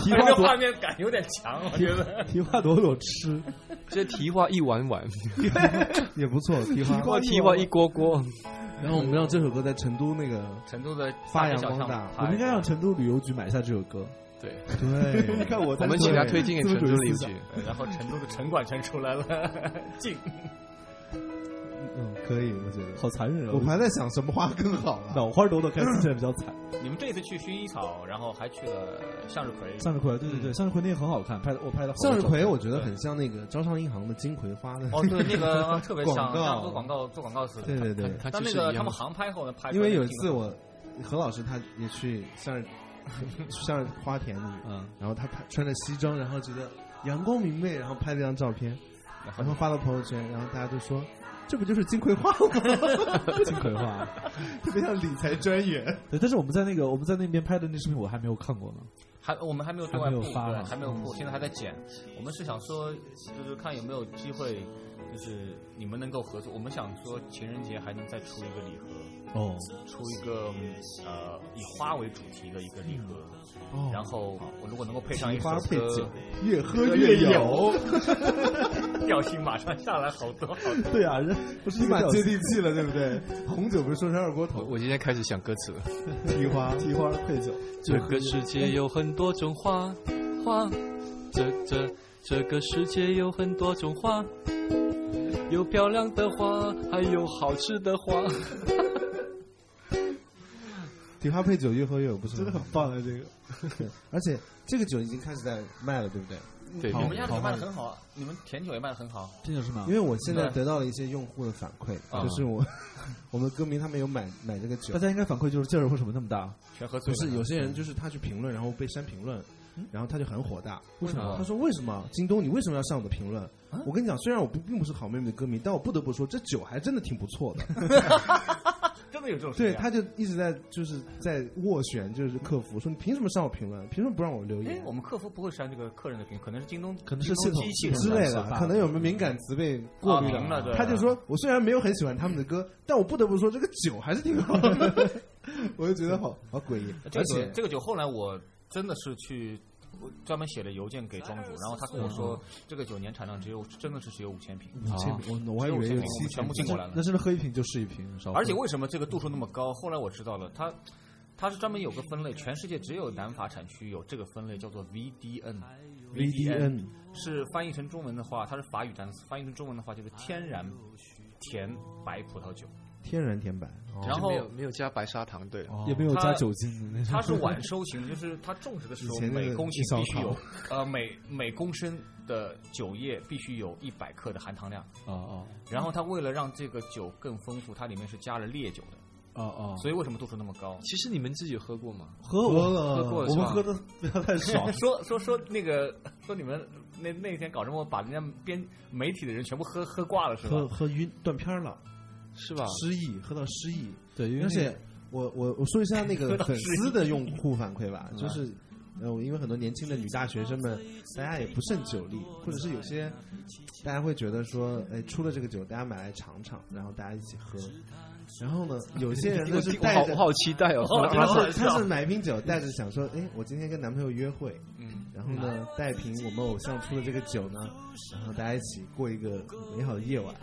S5: 蹄
S6: 这
S5: 花
S6: 画
S5: 朵
S6: 面感有点强，我觉得。
S5: 蹄花朵朵吃，
S7: 这蹄花一碗碗，
S3: 也不 错，蹄花。
S7: 或蹄花一锅锅。
S3: 然后我们让这首歌在成都那个，
S6: 成都的
S3: 发扬
S6: 小巷
S3: 光大
S5: 我们应该让成都旅游局买下这首歌。
S7: 对，
S5: 你
S3: 对，
S5: 看我在，
S7: 我们请他推荐给成都邻居。
S6: 对然后成都的城管全出来了， 进
S3: 嗯，可以，我觉得。
S5: 好残忍啊！
S3: 我还在想什么花更好啊了。
S5: 脑花朵朵开听起来比较惨。
S3: 嗯
S6: 你们这次去薰衣草，然后还去了向日 葵，
S5: 向日葵，对对对，向日葵那个很好看，拍的我拍的。
S3: 嗯向日葵我觉得很像那个招商银行的金葵花的，
S6: 哦，对，那个啊特别像，
S3: 广告
S6: 像做广告做广告词。
S3: 对对 对。
S7: 他
S6: 但
S7: 就
S6: 那
S7: 是
S6: 个
S7: 一
S6: 他
S7: 样
S6: 们。航拍后呢拍出
S3: 因
S6: 来那个镜头，
S3: 为有一次我何老师他也去向日向日花田里，
S5: 嗯，
S3: 然后他拍穿着西装，然后觉得阳光明媚，然后拍了张照片，
S6: 然后
S3: 然后发到朋友圈，然后大家都说这不就是金葵花吗？
S5: 金葵花。
S3: 特别像理财专员。
S5: 对，但是我们在那个我们在那边拍的那视频我还没有看过呢。
S6: 还我们还没有对外
S5: 还
S6: 布
S5: 没有发
S6: 对
S5: 嘛
S6: 还没有布，
S3: 嗯
S6: 现在还在剪。我们是想说，就是看有没有机会，就是你们能够合作。我们想说情人节还能再出一个礼盒，
S5: 哦，
S6: 出一个呃以花为主题的一个礼盒，
S3: 哦
S6: 然后我如果能够配上一首
S3: 花配酒
S6: 歌，，
S3: 越喝
S6: 越
S3: 越
S6: 有
S3: 有，
S6: 调性马上下来好多好多。
S5: 对啊，人不是
S3: 起码
S5: 叫
S3: 接地气了，对不对？红酒不是说是二锅
S7: 我
S3: 头，
S7: 我今天开始想歌词了。
S3: 蹄花
S5: 蹄花配酒，
S7: 这个世界有很多种花花，这这这个世界有很多种花，有漂亮的花，还有好吃的 花。
S3: 蹄花配酒，越喝越有，不是
S5: 真的
S3: 吗
S5: 很棒啊！这个
S3: 对 而且这个酒已经开始在卖了，对不对？
S7: 对，
S3: 好
S6: 你们家酒
S3: 好
S6: 卖的很好啊，你们甜酒也卖的很好。
S5: 这就是嘛
S3: 因，为我现在
S6: 对
S3: 得到了一些用户的反馈，
S6: 啊
S3: 就是我 我们歌迷他们有买买这个酒啊
S5: 大，家应该反馈就是劲儿为什么那么大？
S6: 全喝醉
S3: 不
S6: 了
S3: 是有些人就是他去评论，然后被删评论，然后他就很火大。
S5: 为什
S6: 么
S3: 他嗯说为什么啊京东你为什么要上我的评论？我跟你讲，虽然我不并不是好妹妹的歌迷，但我不得不说这酒还真的挺不错 的。
S6: 真的有这种事
S3: 对，
S6: 情啊。
S3: 他就一直在就是在斡旋，就是客服说你凭什么上我评论？凭什么不让我留
S6: 哎
S3: 言，
S6: 我？们客服不会删这个客人的评，可能是京东，
S5: 可能是系
S6: 京东
S5: 统
S6: 机器人
S3: 之类的，可能有什么敏感词被过滤
S6: 啊明白对
S3: 他就说我虽然没有很喜欢他们的歌，但我不得不说这个酒还是挺好的。 我就觉得好好诡异，
S6: 这
S3: 而
S6: 个
S3: 且
S6: 这个酒后来我真的是去。我专门写了邮件给庄主，然后他跟我说，这个酒年产量只有真的是只有五千瓶，
S3: 五千嗯瓶，我我还以为有七
S6: 全部进过来了
S5: 那真的喝一瓶就是一瓶，少喝
S6: 而且为什么这个度数那么高？后来我知道了，它它是专门有个分类，全世界只有南法产区有这个分类，叫做 VDN。E
S3: VDN
S6: 是翻译 成中文的话，它是法语单词，翻译成中文的话就是天然甜白葡萄酒。
S3: 天然甜白，哦
S6: 然后
S7: 没有没有加白砂糖，对，
S5: 也没有
S6: 它
S5: 加酒精的。
S6: 它是晚收型，就是它种植的时
S3: 以
S6: 候
S3: 前那个
S6: 每公
S3: 一
S6: 顷必须
S3: 扫
S6: 有
S3: 考，
S6: 呃，每每公升的酒液必须有一百克的含糖量。
S5: 哦哦
S6: 然后它为了让这个酒更丰富，它里面是加了烈酒的，
S5: 哦哦，
S6: 所以为什么度数那么高？。
S7: 其实你们自己有喝过吗？
S5: 喝
S3: 喝
S5: 我
S3: 了，
S7: 喝过了
S5: 我
S7: 是
S5: 们
S7: 吧
S5: 喝的不要太爽
S6: 说说说那个说你们那那天搞这么把人家编媒体的人全部喝喝挂了是吧
S3: 喝？喝晕断片儿了，
S7: 是吧？
S3: 失忆，喝到失忆。
S5: 对，因为
S3: 而
S5: 那
S3: 且
S5: 个
S3: 我我我说一下那
S6: 喝
S3: 个
S6: 到
S3: 粉
S6: 失忆
S3: 丝的用户反馈吧，就是。呃，我因为很多年轻的女大学生们，大家也不胜酒力，或者是有些大家会觉得说，哎，出了这个酒，大家买来尝尝，然后大家一起喝。然后呢，有些人呢
S7: 我
S3: 是
S7: 听我
S3: 带
S7: 好
S3: 着
S7: 我，好期待 哦，
S6: 哦
S3: 啊他
S6: 好好
S3: 是
S6: 笑
S3: 他是买一瓶酒，带着想说，哎，我今天跟男朋友约会，
S6: 嗯，
S3: 然后呢，带瓶我们偶像出的这个酒呢，然后大家一起过一个美好的夜晚。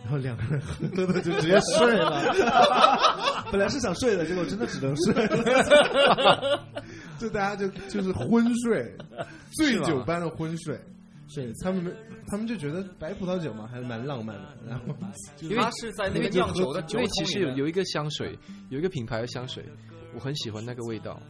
S3: 然后两个人喝的就直接睡了， 本来是想睡的，结果真的只能睡了， 就大家就就是昏睡，醉酒般的昏睡。是他们没，他们就觉得白葡萄酒嘛，还是蛮浪漫的。然后
S6: 因为它是在那个酿酒的酒
S7: 因为
S6: 桶
S7: 其
S6: 里
S7: 实有
S6: 面，
S7: 有一个香水，有一个品牌的香水，我很喜欢那个味道。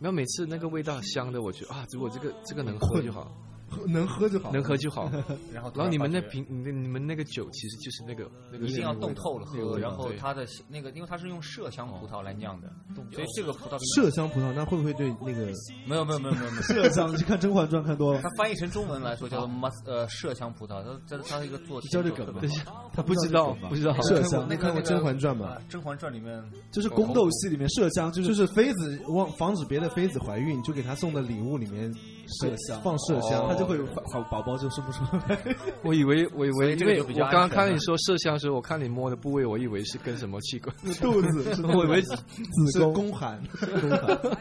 S7: 然后每次那个味道香的，我觉得啊，如果这个这个能喝就好，
S3: 喝能喝就好，
S7: 能喝就 好。
S6: 然后突
S7: 然后你们那
S6: 发觉
S7: 瓶，你那你们那个酒其实就是那个那个
S6: 一定要
S7: 那个味
S6: 冻
S7: 道
S6: 透了
S7: 那个
S6: 喝，
S7: 味道
S6: 然后
S7: 对哦
S6: 它的那个，因为它是用麝香葡萄来酿的，所以这个葡萄
S3: 麝香葡萄，那会不会对那个
S6: 没有没有没有没有没有，
S5: 麝香，你去看《甄嬛传》看多了
S6: 它，翻译成中文来说叫做 mas 呃麝香葡萄，它它它是一个做
S5: 叫这
S6: 个
S5: 梗吧
S7: 等一下，他不知道不知道，
S3: 麝
S5: 香
S3: 香？你看过《甄嬛传》吗？
S6: 啊，《甄嬛传》里面
S5: 就是宫斗戏里面麝香，就是
S3: 就是妃子忘防止别的妃子怀孕，就给她送的礼物里面
S5: 麝香哦
S3: 放麝香，她
S5: 它
S3: 就
S5: 就会
S3: 会
S5: 怀怀宝宝就生不出来。
S7: 我以为我以
S6: 所以
S7: 为，
S6: 这
S7: 因
S6: 个
S7: 为
S6: 就
S7: 我
S6: 比较
S7: 刚刚
S6: 安全
S7: 看你
S6: 了
S7: 说麝香的时候，我看你摸的部位，我以为是跟什么器官，
S3: 肚子是
S7: 我以为
S3: 子
S5: 子宫
S3: 宫 寒，宫寒。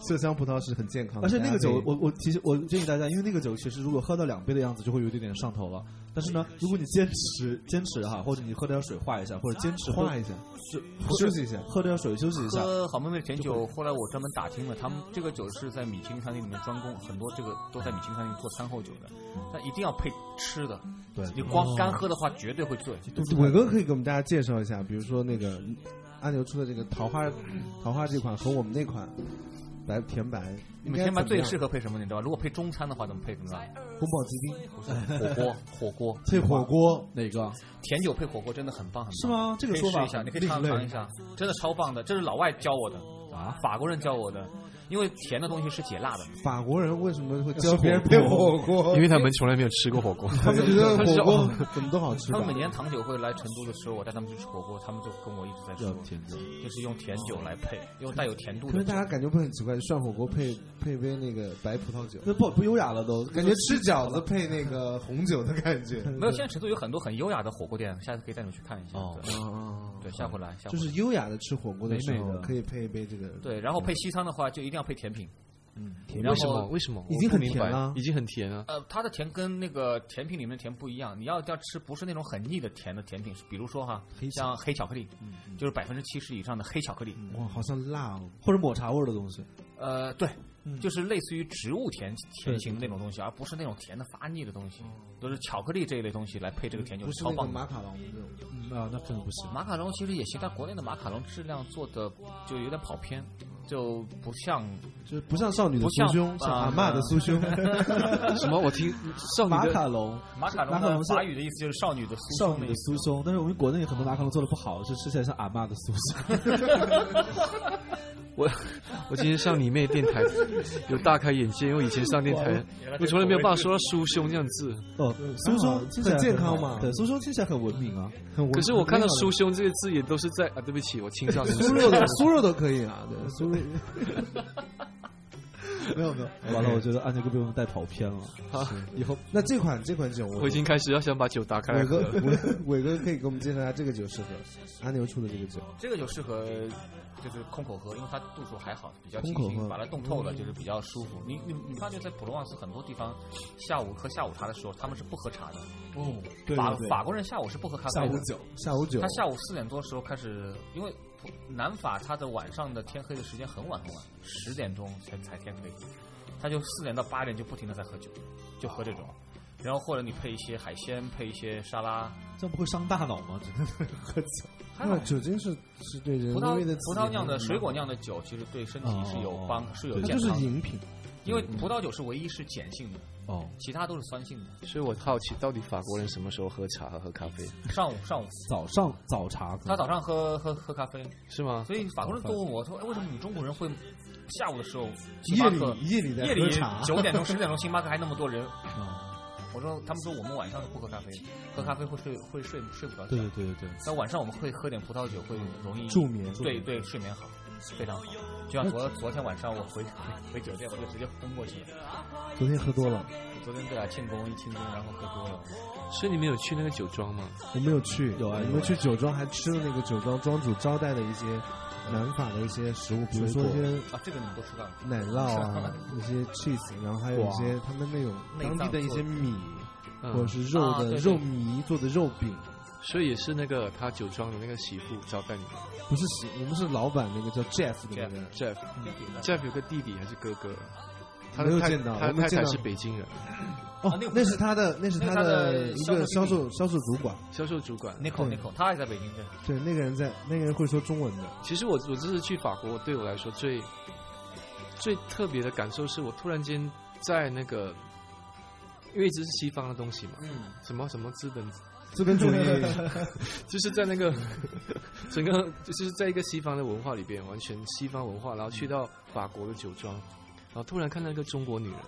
S3: 麝香葡萄是很健康的，
S5: 而且那个酒，
S3: 我
S5: 我我其实我建议大家，因为那个酒其实如果喝到两杯的样子，就会有一点点上头了。但是呢，如果你坚持坚持哈，或者你喝点水化一下，或者坚持
S3: 化
S5: 一
S3: 一下，
S5: 是
S3: 休息一下。
S5: 喝点水休息一下。
S6: 喝好妹妹的甜酒，后来我专门打听了，他们这个酒是在米其林餐厅里面专供，很多这个都在米其林餐厅做餐后酒的，
S5: 嗯
S6: 但一定要配吃的，
S3: 对
S5: 哦
S6: 你光干喝的话绝对会醉。
S3: 伟哥可以给我们大家介绍一下，比如说那个阿牛出的这个桃花，桃花这款和我们那款白甜白，
S6: 你们天白最适
S3: 合
S6: 合配什么？你知道吧？如果配中餐的话，怎么配什么？
S3: 宫保鸡丁，
S6: 不是火锅，火锅
S3: 配火锅，
S5: 哪个？
S6: 甜酒配火锅真的很棒，很棒。
S5: 是？吗？这
S6: 可
S5: 个
S6: 以
S5: 说
S6: 试
S5: 法
S6: 一下，你可以
S5: 另
S6: 尝
S5: 类
S6: 尝一下，真的超棒的。这是老外教我的啊，法国人教我的，因为甜的东西是解辣的。
S3: 法国人为什么会教别人配火锅？
S7: 因为他们从来没有吃过火锅。
S3: 他们觉得火锅怎么都好吃
S6: 他
S3: 吧
S6: 们每年糖酒会来成都的时候，我带他们去吃火锅，他们就跟我一直在说，
S5: 甜酒，
S6: 就是用甜酒来配，用带有甜度
S3: 可
S6: 的
S3: 是
S6: 酒
S3: 大。家感觉不会很奇怪，涮火锅配配杯那个白葡萄酒，
S5: 那不不优雅了都，
S3: 感觉吃饺子配那个红酒的感觉。
S6: 没有，现在成都有很多很优雅的火锅店，下次可以带你们去看一下。
S7: 哦
S6: 对
S3: 哦，
S6: 对，下回来，下回
S3: 就
S6: 来。
S3: 是优雅的吃火锅的时
S5: 美
S3: 候
S5: 美，的
S3: 可以配一杯这个。嗯
S6: 对，然后配西餐的话，就一定要配甜品。
S3: 甜
S6: 然
S7: 为什么？
S6: 后
S7: 为什么？
S3: 已
S7: 我
S3: 经
S7: 不
S3: 很
S7: 明
S3: 甜
S7: 白
S3: 了
S7: 已经很甜啊。
S6: 呃，它的甜跟那个甜品里面的甜不一样，你要要吃不是那种很腻的甜的甜品，比如说哈，像黑巧克力，就是百分之七十以上的黑巧克力。
S3: 哇，好像辣哦！
S5: 或者抹茶味儿的东西。
S6: 呃，对
S5: 嗯，
S6: 就是类似于植物甜甜型的那种东西，而不是那种甜的发腻的东西，都是巧克力这一类东西来配这个甜酒
S3: 不
S6: 是
S3: 是
S6: 超
S3: 那个
S6: 棒的
S3: 马。卡龙那种，
S5: 嗯啊，那肯定不行。
S6: 马卡龙其实也行，但国内的马卡龙质量做的就有点跑偏，就不像
S3: 就是不像少女的
S6: 不
S3: 酥
S6: 像
S3: 胸，像
S6: 啊
S3: 阿嬷的酥胸。
S7: 什么？我听少女
S5: 马
S7: 的
S5: 卡龙，
S6: 马卡龙
S5: 马卡
S6: 的
S5: 龙是
S6: 法语的意思就是少女的酥
S5: 少
S6: 胸
S5: 女
S6: 的
S5: 的
S6: 意思。
S5: 酥胸，但是我们国内很多马卡龙做的不好，是吃起来像阿嬷的酥胸。
S7: 我我今天上你妹电台，有大开眼界，因为我以前上电台，我从来没有办法说到酥胸这样字。
S5: 哦，酥胸听起
S3: 嗯
S5: 来
S3: 啊很健
S5: 好
S3: 康嘛
S5: 对，酥胸听起来很文明啊。
S3: 很文
S7: 可是我看到“
S3: 很
S7: 酥胸”这个字也都是在啊，对不起，我青少年。
S3: 那个酥肉的酥肉都可以啊，对酥肉。 没有没有，
S5: 完了，我觉得安杰哥被我们带跑偏了。
S7: 啊，
S5: 以后
S3: 那这款这款酒，
S7: 我已经开始要想把酒打开来
S3: 伟
S7: 喝
S3: 哥
S7: 了。
S3: 伟伟哥可以给我们介绍一下这个酒适合阿牛出的这个酒。
S6: 这个就适合就是空口喝，因为它度数还好，比较
S3: 空
S6: 清
S3: 口喝
S6: 新，把它冻透了就是比较舒服。你你你发觉在普罗旺斯很多地方，下午喝下午茶的时候，他们是不喝茶的。
S5: 哦，对
S6: 法法国人下午是不喝咖啡的。
S5: 酒，
S3: 下午酒
S6: 他，下午四点多的时候开始，因为普南法他的晚上的天黑的时间很晚很晚，十点钟才才天黑，他就四点到八点就不停的在喝酒，就喝这种。然后或者你配一些海鲜，配一些沙拉。
S5: 这样不会伤大脑吗？真的是喝酒，
S6: 还 好
S3: 那酒精是是对人
S6: 葡萄
S3: 类的
S6: 葡萄酿的
S3: 刺激
S6: 水果酿的酒，其实对身体是有
S5: 哦
S6: 帮，是有
S5: 对
S3: 它
S6: 健
S3: 就是
S6: 康的，
S3: 饮嗯品，
S6: 因为葡萄酒是唯一是碱性的，
S5: 哦，
S6: 其他都是酸性的。
S4: 所以我好奇，到底法国人什么时候喝茶和喝咖啡？
S6: 上午上午，
S5: 早上早茶，
S6: 他早上喝喝喝咖啡，
S4: 是吗？
S6: 所以法国人
S3: 嗯
S6: 都问我说：“哎，为什么你中国人会下午的时候星
S3: 夜
S6: 巴克
S3: 里夜里在
S6: 夜
S3: 喝
S6: 里
S3: 茶，嗯
S6: 九点钟十点钟星巴克还那么多 人
S5: 哦？”
S6: 我说：“他们说我们晚上是不喝咖啡的，喝咖啡会睡会睡睡不着觉
S5: 对。对对对对，
S6: 但晚上我们会喝点葡萄酒，会容易
S3: 助眠
S6: 对对，睡眠好，非常好。就像昨昨天晚上我回回回酒店，我就直接昏过去了。
S3: 昨天喝多了，
S6: 昨天对啊，庆功一庆功，然后喝多了。
S4: 所以你们有去那个酒庄吗？
S3: 我没有去，
S5: 有啊
S3: 我
S5: 有啊
S3: 们去酒庄还吃了那个酒庄庄主招待的一些南法的一些食物，比如说一些
S6: 啊，这个你们都知道了。
S3: 奶酪 啊，一些 cheese，然后还有一些他们那种
S6: 内
S3: 当
S6: 脏
S3: 地的一些米
S4: 嗯
S3: 或者是肉
S6: 啊对
S3: 的
S6: 对
S3: 肉糜做的肉饼，
S4: 所以也是那个他酒庄的那个媳妇招待你们。
S3: 不是喜，我们是老板那个叫 Jeff 的那个人，
S4: Jeff，Jeff、
S3: 嗯
S4: 有个弟弟还是哥哥？他
S3: 没
S4: 的
S3: 有
S4: 太
S3: 见到
S4: 他
S3: 我
S4: 的
S3: 们
S4: 太
S3: 见
S4: 太
S3: 到
S4: 是北京人，
S3: 哦
S6: 啊那个，不
S3: 那
S6: 是
S3: 是他的，那是
S6: 那是他
S3: 的
S6: 的
S3: 一
S6: 销售
S3: 个销
S6: 经
S3: 售销售主管，
S4: 销售主管。
S6: Nico
S3: 对
S6: Nico，他也在北京对。
S3: 对，那个人在，那个人会说中文的，
S4: 其实我我这次去法国，对我来说最最特别的感受是我突然间在那个，因为一直是西方的东西嘛，
S6: 嗯，
S4: 什么什么资本，
S3: 资本主义，
S4: 就是在那个整个就是在一个西方的文化里边，完全西方文化，然后去到法国的酒庄，然后突然看到一个中国女人，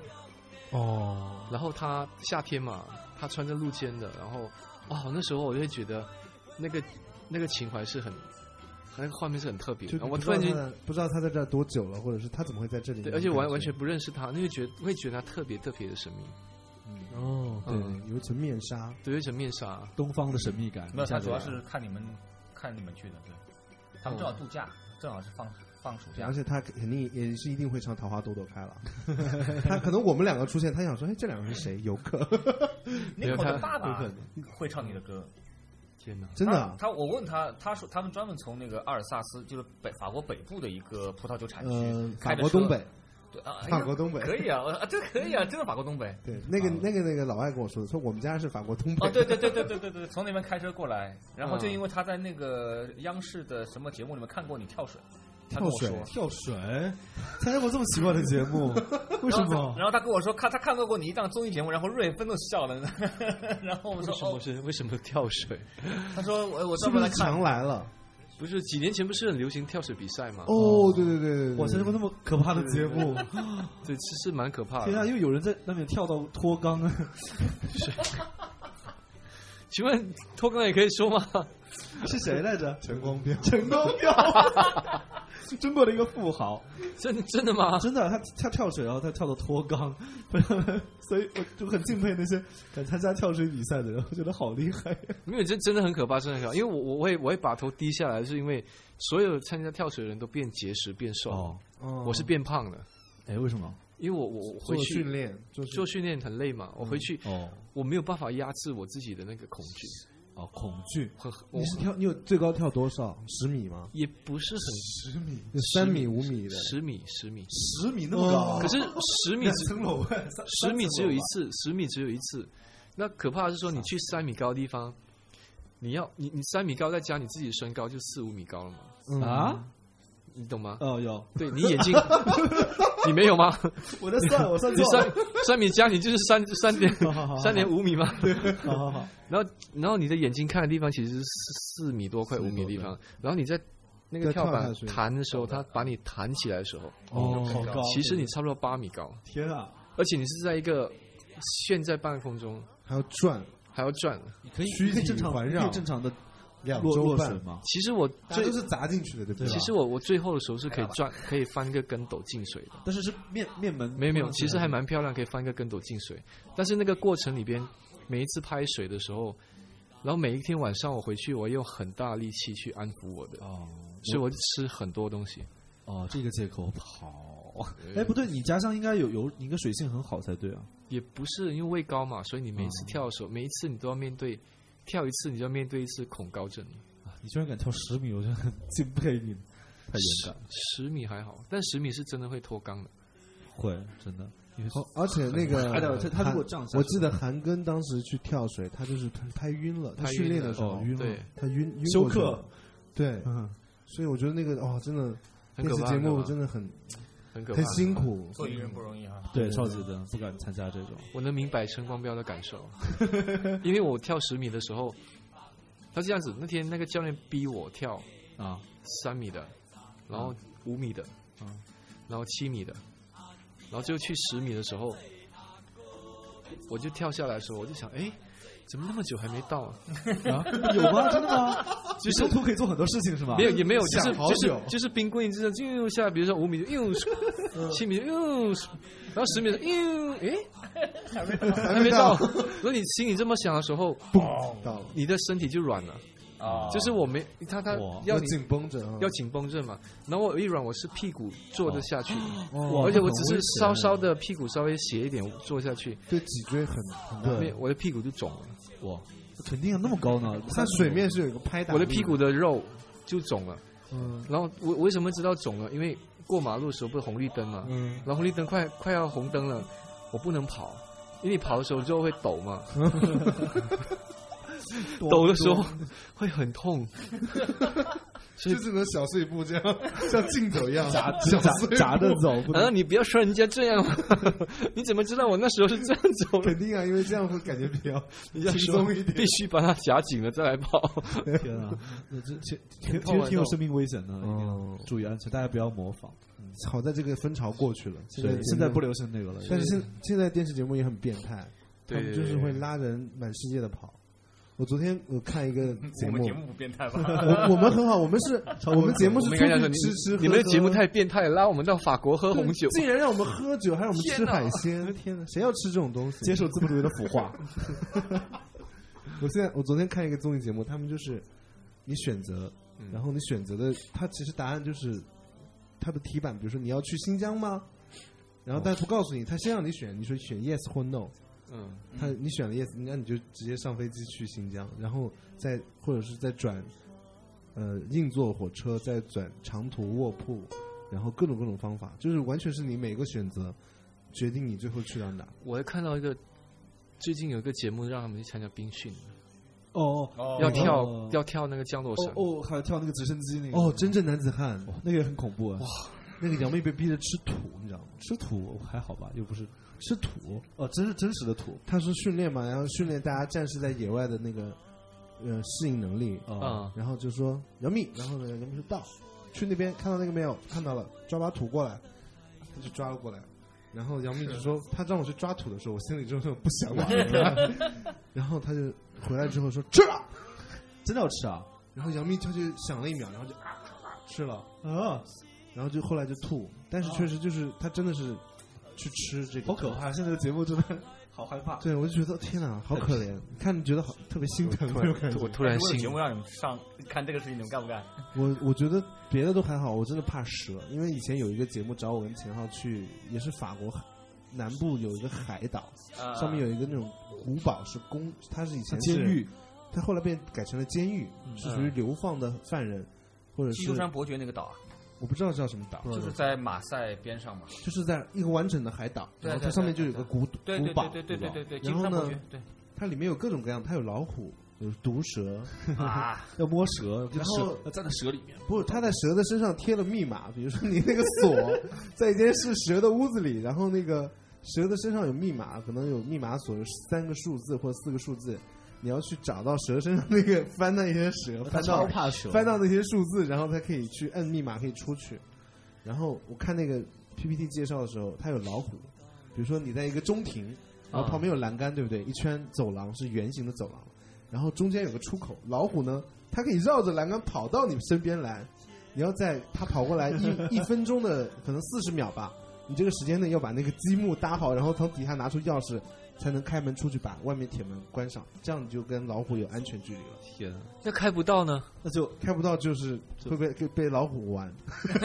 S5: 哦，
S4: 然后她夏天嘛，她穿着露肩的，然后哇，那时候我就会觉得那个那个情怀是很。那个画面是很特别的，
S3: 就
S4: 然后我
S3: 不知
S4: 突
S3: 道
S4: 然间
S3: 他的不知道他在这儿多久了，或者是他怎么会在这里，
S4: 对，而且完完全不认识他，那就觉得会觉得他特别特别的神秘，
S3: 哦，
S4: 嗯
S3: 对，有一层面纱，
S4: 对，有一层面纱。
S5: 东方的神秘感，
S6: 没有，
S5: 一下
S6: 他
S5: 子
S6: 主要是看你们看你们去的，对。他
S3: 哦
S6: 们正好度假，正好是放放暑假
S3: 而。且他肯定也是一定会唱《桃花朵朵开》了， 他可能我们两个出现，他想说，哎，这两个人是谁？游客，
S4: 没有
S6: Nico 的
S4: 他
S6: 爸爸
S4: 有可
S6: 会唱你的歌，
S4: 天哪！
S3: 真的啊
S6: 他，他我问他，他说他们专门从那个阿尔萨斯，就是北法国北部的一个葡萄酒产
S3: 呃
S6: 区，，
S3: 法
S6: 哎开着
S3: 国
S6: 车
S3: 东北，
S6: 对啊，哎呀
S3: 法国东北，
S6: 可以啊，我说啊，这可以啊，真的法国东 北。
S3: 对，那个那个那个老外跟我说的，说我们家是法国东北，
S6: 哦，对对对对对对对，从那边开车过来，然后就
S3: 嗯
S6: 因为他在那个央视的什么节目里面看过你跳水，他跟
S3: 跳
S6: 我说
S3: 水，
S5: 跳水，参加过这么奇怪的节 目，为什么？
S6: 然后他跟我说看他看到过你一档综艺节目，然后瑞芬都笑了， 然后我们
S4: 为
S6: 说
S4: 什么
S6: 哦，
S4: 是为什么跳水？
S6: 他说我我
S3: 是
S6: 专
S3: 不
S6: 门来
S3: 是
S6: 看
S3: 常，来了？
S4: 不是几年前不是很流行跳水比赛嘛？
S3: 哦，对对对对对，
S5: 我参加过那么可怕的节目，
S4: 对，其实蛮可怕
S5: 天啊！
S4: 的。
S5: 又有人在那边跳到脱啊肛，
S4: 请问脱光也可以说吗？
S5: 是谁来着？
S3: 陈光标，
S5: 陈光标， 中国的一个富豪，
S4: 真真的吗？
S5: 真的，他他跳水，然后他跳到脱肛， 非常所以我就很敬佩那些敢参加跳水比赛的人，我觉得好厉害。
S4: 没有，真真的很可怕，真的很可怕。因为我我会我会把头低下来，是因为所有参加跳水的人都变结实变瘦，
S5: 哦，
S4: 我是变胖的，
S5: 哎，为什么？
S4: 因为我我我
S3: 做
S4: 回去
S3: 训练，就是
S4: 做训练很累嘛，我回去、
S5: 哦
S4: 我没有办法压制我自己的那个恐惧，
S5: 哦，恐惧
S4: 很我
S3: 你是跳，你有最高跳多少？十米吗？
S4: 也不是很
S5: 十
S6: 嗯
S5: 米，
S3: 有三米、五米的，哦
S4: 十米十米，
S5: 十米那
S3: 么
S5: 么
S3: 高
S5: 高，
S4: 可是十米
S5: 两
S4: 只
S5: 层楼，
S4: 十米只有一次，十米只有一次。那可怕的是说，你去三米高的地方，你要你你三米高再加你自己的身高就四五米高了嘛，
S3: 嗯，
S5: 啊？
S4: 你懂吗？
S5: 哦，有，
S4: 对你眼睛，你没有吗？
S5: 我在算，我算
S4: 你
S5: 错
S4: 三
S5: 了。
S4: 三米加你就是三三点
S5: 好好好
S4: 三点五米嘛。
S5: 好好好，
S4: 然后然后你的眼睛看的地方其实是四四米多快五米的地方，然后你在那个
S3: 再
S4: 跳
S3: 跳
S4: 板
S3: 下去
S4: 弹的时候，它把你弹起来的时候，
S5: 哦，好高。
S4: 其实你差不多八米高，
S5: 天啊，
S4: 而且你是在一个悬在半空中
S3: 还要转
S4: 还要转。
S5: 可以
S3: 躯体
S5: 正常
S3: 环绕
S5: 可以正常的
S3: 两
S5: 落
S3: 周
S5: 落水
S3: 半，
S5: 吗？
S4: 其实我
S3: 大家
S5: 啊
S4: 最
S3: 都是砸进去的，对不对？
S4: 其实我我最后的时候是可以转，可以翻个跟斗进水的。
S5: 但是是面面门，
S4: 没有没有，其实还蛮漂亮，可以翻个跟斗进水。但是那个过程里边，每一次拍水的时候，然后每一天晚上我回去，我用很大力气去安抚我的，
S5: 哦
S4: 所以我就吃很多东西。
S5: 哦，这个借口好。哎，不对，你家乡应该有有，你应该水性很好才对啊。
S4: 也不是因为畏高嘛，所以你每一次跳的时候，每一次你都要面对，跳一次你就要面对一次恐高症。
S5: 啊你居然敢跳十米，我就很敬佩你，太勇敢了。
S4: 十米还好，但十米是真的会脱肛的。
S5: 会真的。也是
S3: 而且那个
S4: 他的他哎他如果这样下去
S3: 我记得韩庚当时去跳水，他就是他他晕了，他
S4: 他
S3: 训
S4: 晕
S3: 练
S4: 了
S3: 的时候
S5: 哦晕了
S4: 对，
S3: 他晕晕
S5: 休
S3: 过去
S5: 克
S3: 了，对，
S5: 嗯，
S3: 所以我觉得那个哦，真的
S4: 很
S3: 电
S4: 可
S3: 视
S4: 怕，
S3: 节目
S4: 很可怕
S3: 真的很
S4: 很可怕，
S3: 很辛。苦，
S6: 做艺人不容易啊哈、
S5: 对，超级的不敢参加这种。
S4: 我能明白陈光标的感受， 因为我跳十米的时候，他这样子，那天那个教练逼我跳
S5: 啊，
S4: 三米的，然后五米的，
S5: 嗯
S4: 然后七米的，然后就去十米的时候，我就跳下来的时候，我就想，哎，怎么那么久还没到啊？
S5: 啊， 有吗？真的吗？其实图可以做很多事情是吗？
S4: 没有，也没有，就是
S3: 啊想好
S4: 就是
S3: 久
S4: 就是冰棍，就是又下，比如说五米就又，
S3: 嗯
S4: 七米就又，然后十米就又，哎，还没到， 然后你心里这么想的时候，
S3: 到了
S4: 你的身体就软了。
S6: 啊，
S4: 就是我没他他
S5: 哇
S4: 要
S3: 要
S4: 你
S3: 紧绷着啊，
S4: 要紧绷着嘛，然后我一软我是屁股坐得下去，
S5: 哇，
S4: 而且我
S5: 那很
S4: 只是
S5: 危险
S4: 稍稍的屁股稍微斜一点坐下去，
S3: 对脊椎很很
S4: 因为
S3: 对，
S4: 我的屁股就肿了，
S5: 哇，肯定啊，那么高呢，
S3: 它水面是有一个拍打，
S4: 我的屁股，的肉就肿了。
S3: 嗯
S4: 然后我我为什么知道肿了？因为过马路的时候不是红绿灯嘛，
S3: 嗯，
S4: 然后红绿灯快快要红灯了，我不能跑，因为你跑的时候肉会抖嘛， 抖的时候会很痛。
S3: 就只能小碎步这 样，像竞走一样，夹
S5: 夹夹着走，不
S4: 然后
S5: 能
S4: 你不要说人家这样嘛， 你怎么知道我那时候是这样走 的？
S3: 肯定啊，因为这样会感觉比较
S4: 你要
S3: 轻
S4: 说
S3: 松一点
S4: 必。须把它夹紧了再来跑。
S5: 天啊，那这其其实其实挺有生命危险的，一定要注意安全，大家不要模仿。
S3: 好在这个风潮过去了，现在
S5: 对现在不
S3: 流，
S5: 流行这个了，
S3: 但是现现在电视节目也很变态，他
S4: 对
S3: 们就是会拉人满世界的跑。我昨天我看一个节
S6: 我们
S3: 目
S6: 节，目不变态吧？
S3: 我我们很好，我们是我们节目是
S4: 我
S3: 出去
S4: 们刚才说你
S3: 吃吃喝喝，
S4: 你们的节目太变态了，拉我们到法国喝红酒。
S3: 竟然让我们喝酒，还让我们吃海鲜，天哪，谁要吃这种东西？
S5: 接受资本主义的腐化。
S3: 我现在我昨天看一个综艺节目，他们就是你选择，然后你选择的，它其实答案就是它的题板，比如说你要去新疆吗？然后但不告诉你，他先让你选，你说选 yes 或 no，
S4: 嗯，
S3: 他你选了 yes，那你就直接上飞机去新疆，然后再或者是再转呃硬座火车，再转长途卧铺，然后各种各种方法，就是完全是你每个选择决定你最后去到哪。
S4: 我还看到一个，最近有一个节目让他们去参加冰训，
S5: 哦
S6: 哦
S4: 要跳
S5: 哦
S4: 要跳那个降落
S5: 哦
S4: 伞。
S5: 哦，还有跳那个直升机那个，
S3: 哦，真正男子汉，
S5: 那个也很恐怖啊。
S3: 那个杨幂被逼着吃土，你知道吗？
S5: 吃土还好吧，又不是
S3: 吃土，
S5: 哦，真是真实的土
S3: 他说训练嘛，然后训练大家战士在野外的那个呃适应能力，
S5: 啊。
S4: 嗯，
S3: 然后就说杨幂，然后呢杨幂说到，去那边看到那个没有？看到了，抓把土过来，他就抓了过来。然后杨幂就说，他让我去抓土的时候，我心里就种不想玩。 然后他就回来之后说吃了，
S5: 真的要吃啊？
S3: 然后杨幂就去想了一秒，然后就啊啊吃了，
S5: 啊，
S3: 然后就后来就吐，但是确实就是他真的是去吃这个，
S5: 哦好可怕！现在的节目 真的好害怕。
S3: 对，我就觉得天哪，好可怜，看着觉得好特别心疼那种感觉。
S4: 我突然
S6: 哎如果有
S4: 心
S6: 节目让你们上看这个事情，你们干 不干？
S3: 我我觉得别的都还好，我真的怕蛇，因为以前有一个节目找我跟秦昊去，也是法国南部有一个海岛，
S6: 啊
S3: 上面有一个那种古堡是公，它是以前
S5: 监
S3: 是，
S5: 狱
S3: 它后来变改成了监狱，
S6: 嗯
S3: 是属于流放的犯人，或者
S6: 基
S3: 是
S6: 督山伯爵那个岛啊，
S3: 我不知道叫什么岛，
S6: 就是在马赛边上嘛。
S3: 就是在一个完整的海岛，
S6: 对
S3: 然后它
S6: 对
S3: 上面就
S6: 对
S3: 有个古
S6: 对
S3: 古
S6: 对
S3: 堡，
S6: 对对对对对对，基
S3: 然
S6: 督
S3: 后
S6: 山伯
S3: 呢
S6: 爵， 对
S3: 它里面有各种各样，它有老虎，有毒蛇，
S6: 啊，
S5: 要摸蛇，
S3: 然后
S5: 蛇站在蛇里面，
S3: 不，他在蛇的身上贴了密码，比如说你那个 锁在一间是蛇的屋子里，然后那个蛇的身上有密码，可能有密码锁有三个数字或四个数字，你要去找到蛇身上那个翻那些蛇，翻到
S5: 怕蛇
S3: 翻到那些数字，然后才可以去摁密码可以出去。然后我看那个 PPT 介绍的时候，它有老虎，比如说你在一个中庭，然后旁边有栏杆，对不对？一圈走廊是圆形的走廊，然后中间有个出口，老虎呢，它可以绕着栏杆跑到你身边来。你要在它跑过来一一分钟的可能四十秒吧，你这个时间内要把那个积木搭好，然后从底下拿出钥匙，才能开门出去，把外面铁门关上。这样你就跟老虎有安全距离了。
S5: 天啊，
S4: 那开不到呢？
S3: 那就开不到，就是会被被被老虎玩。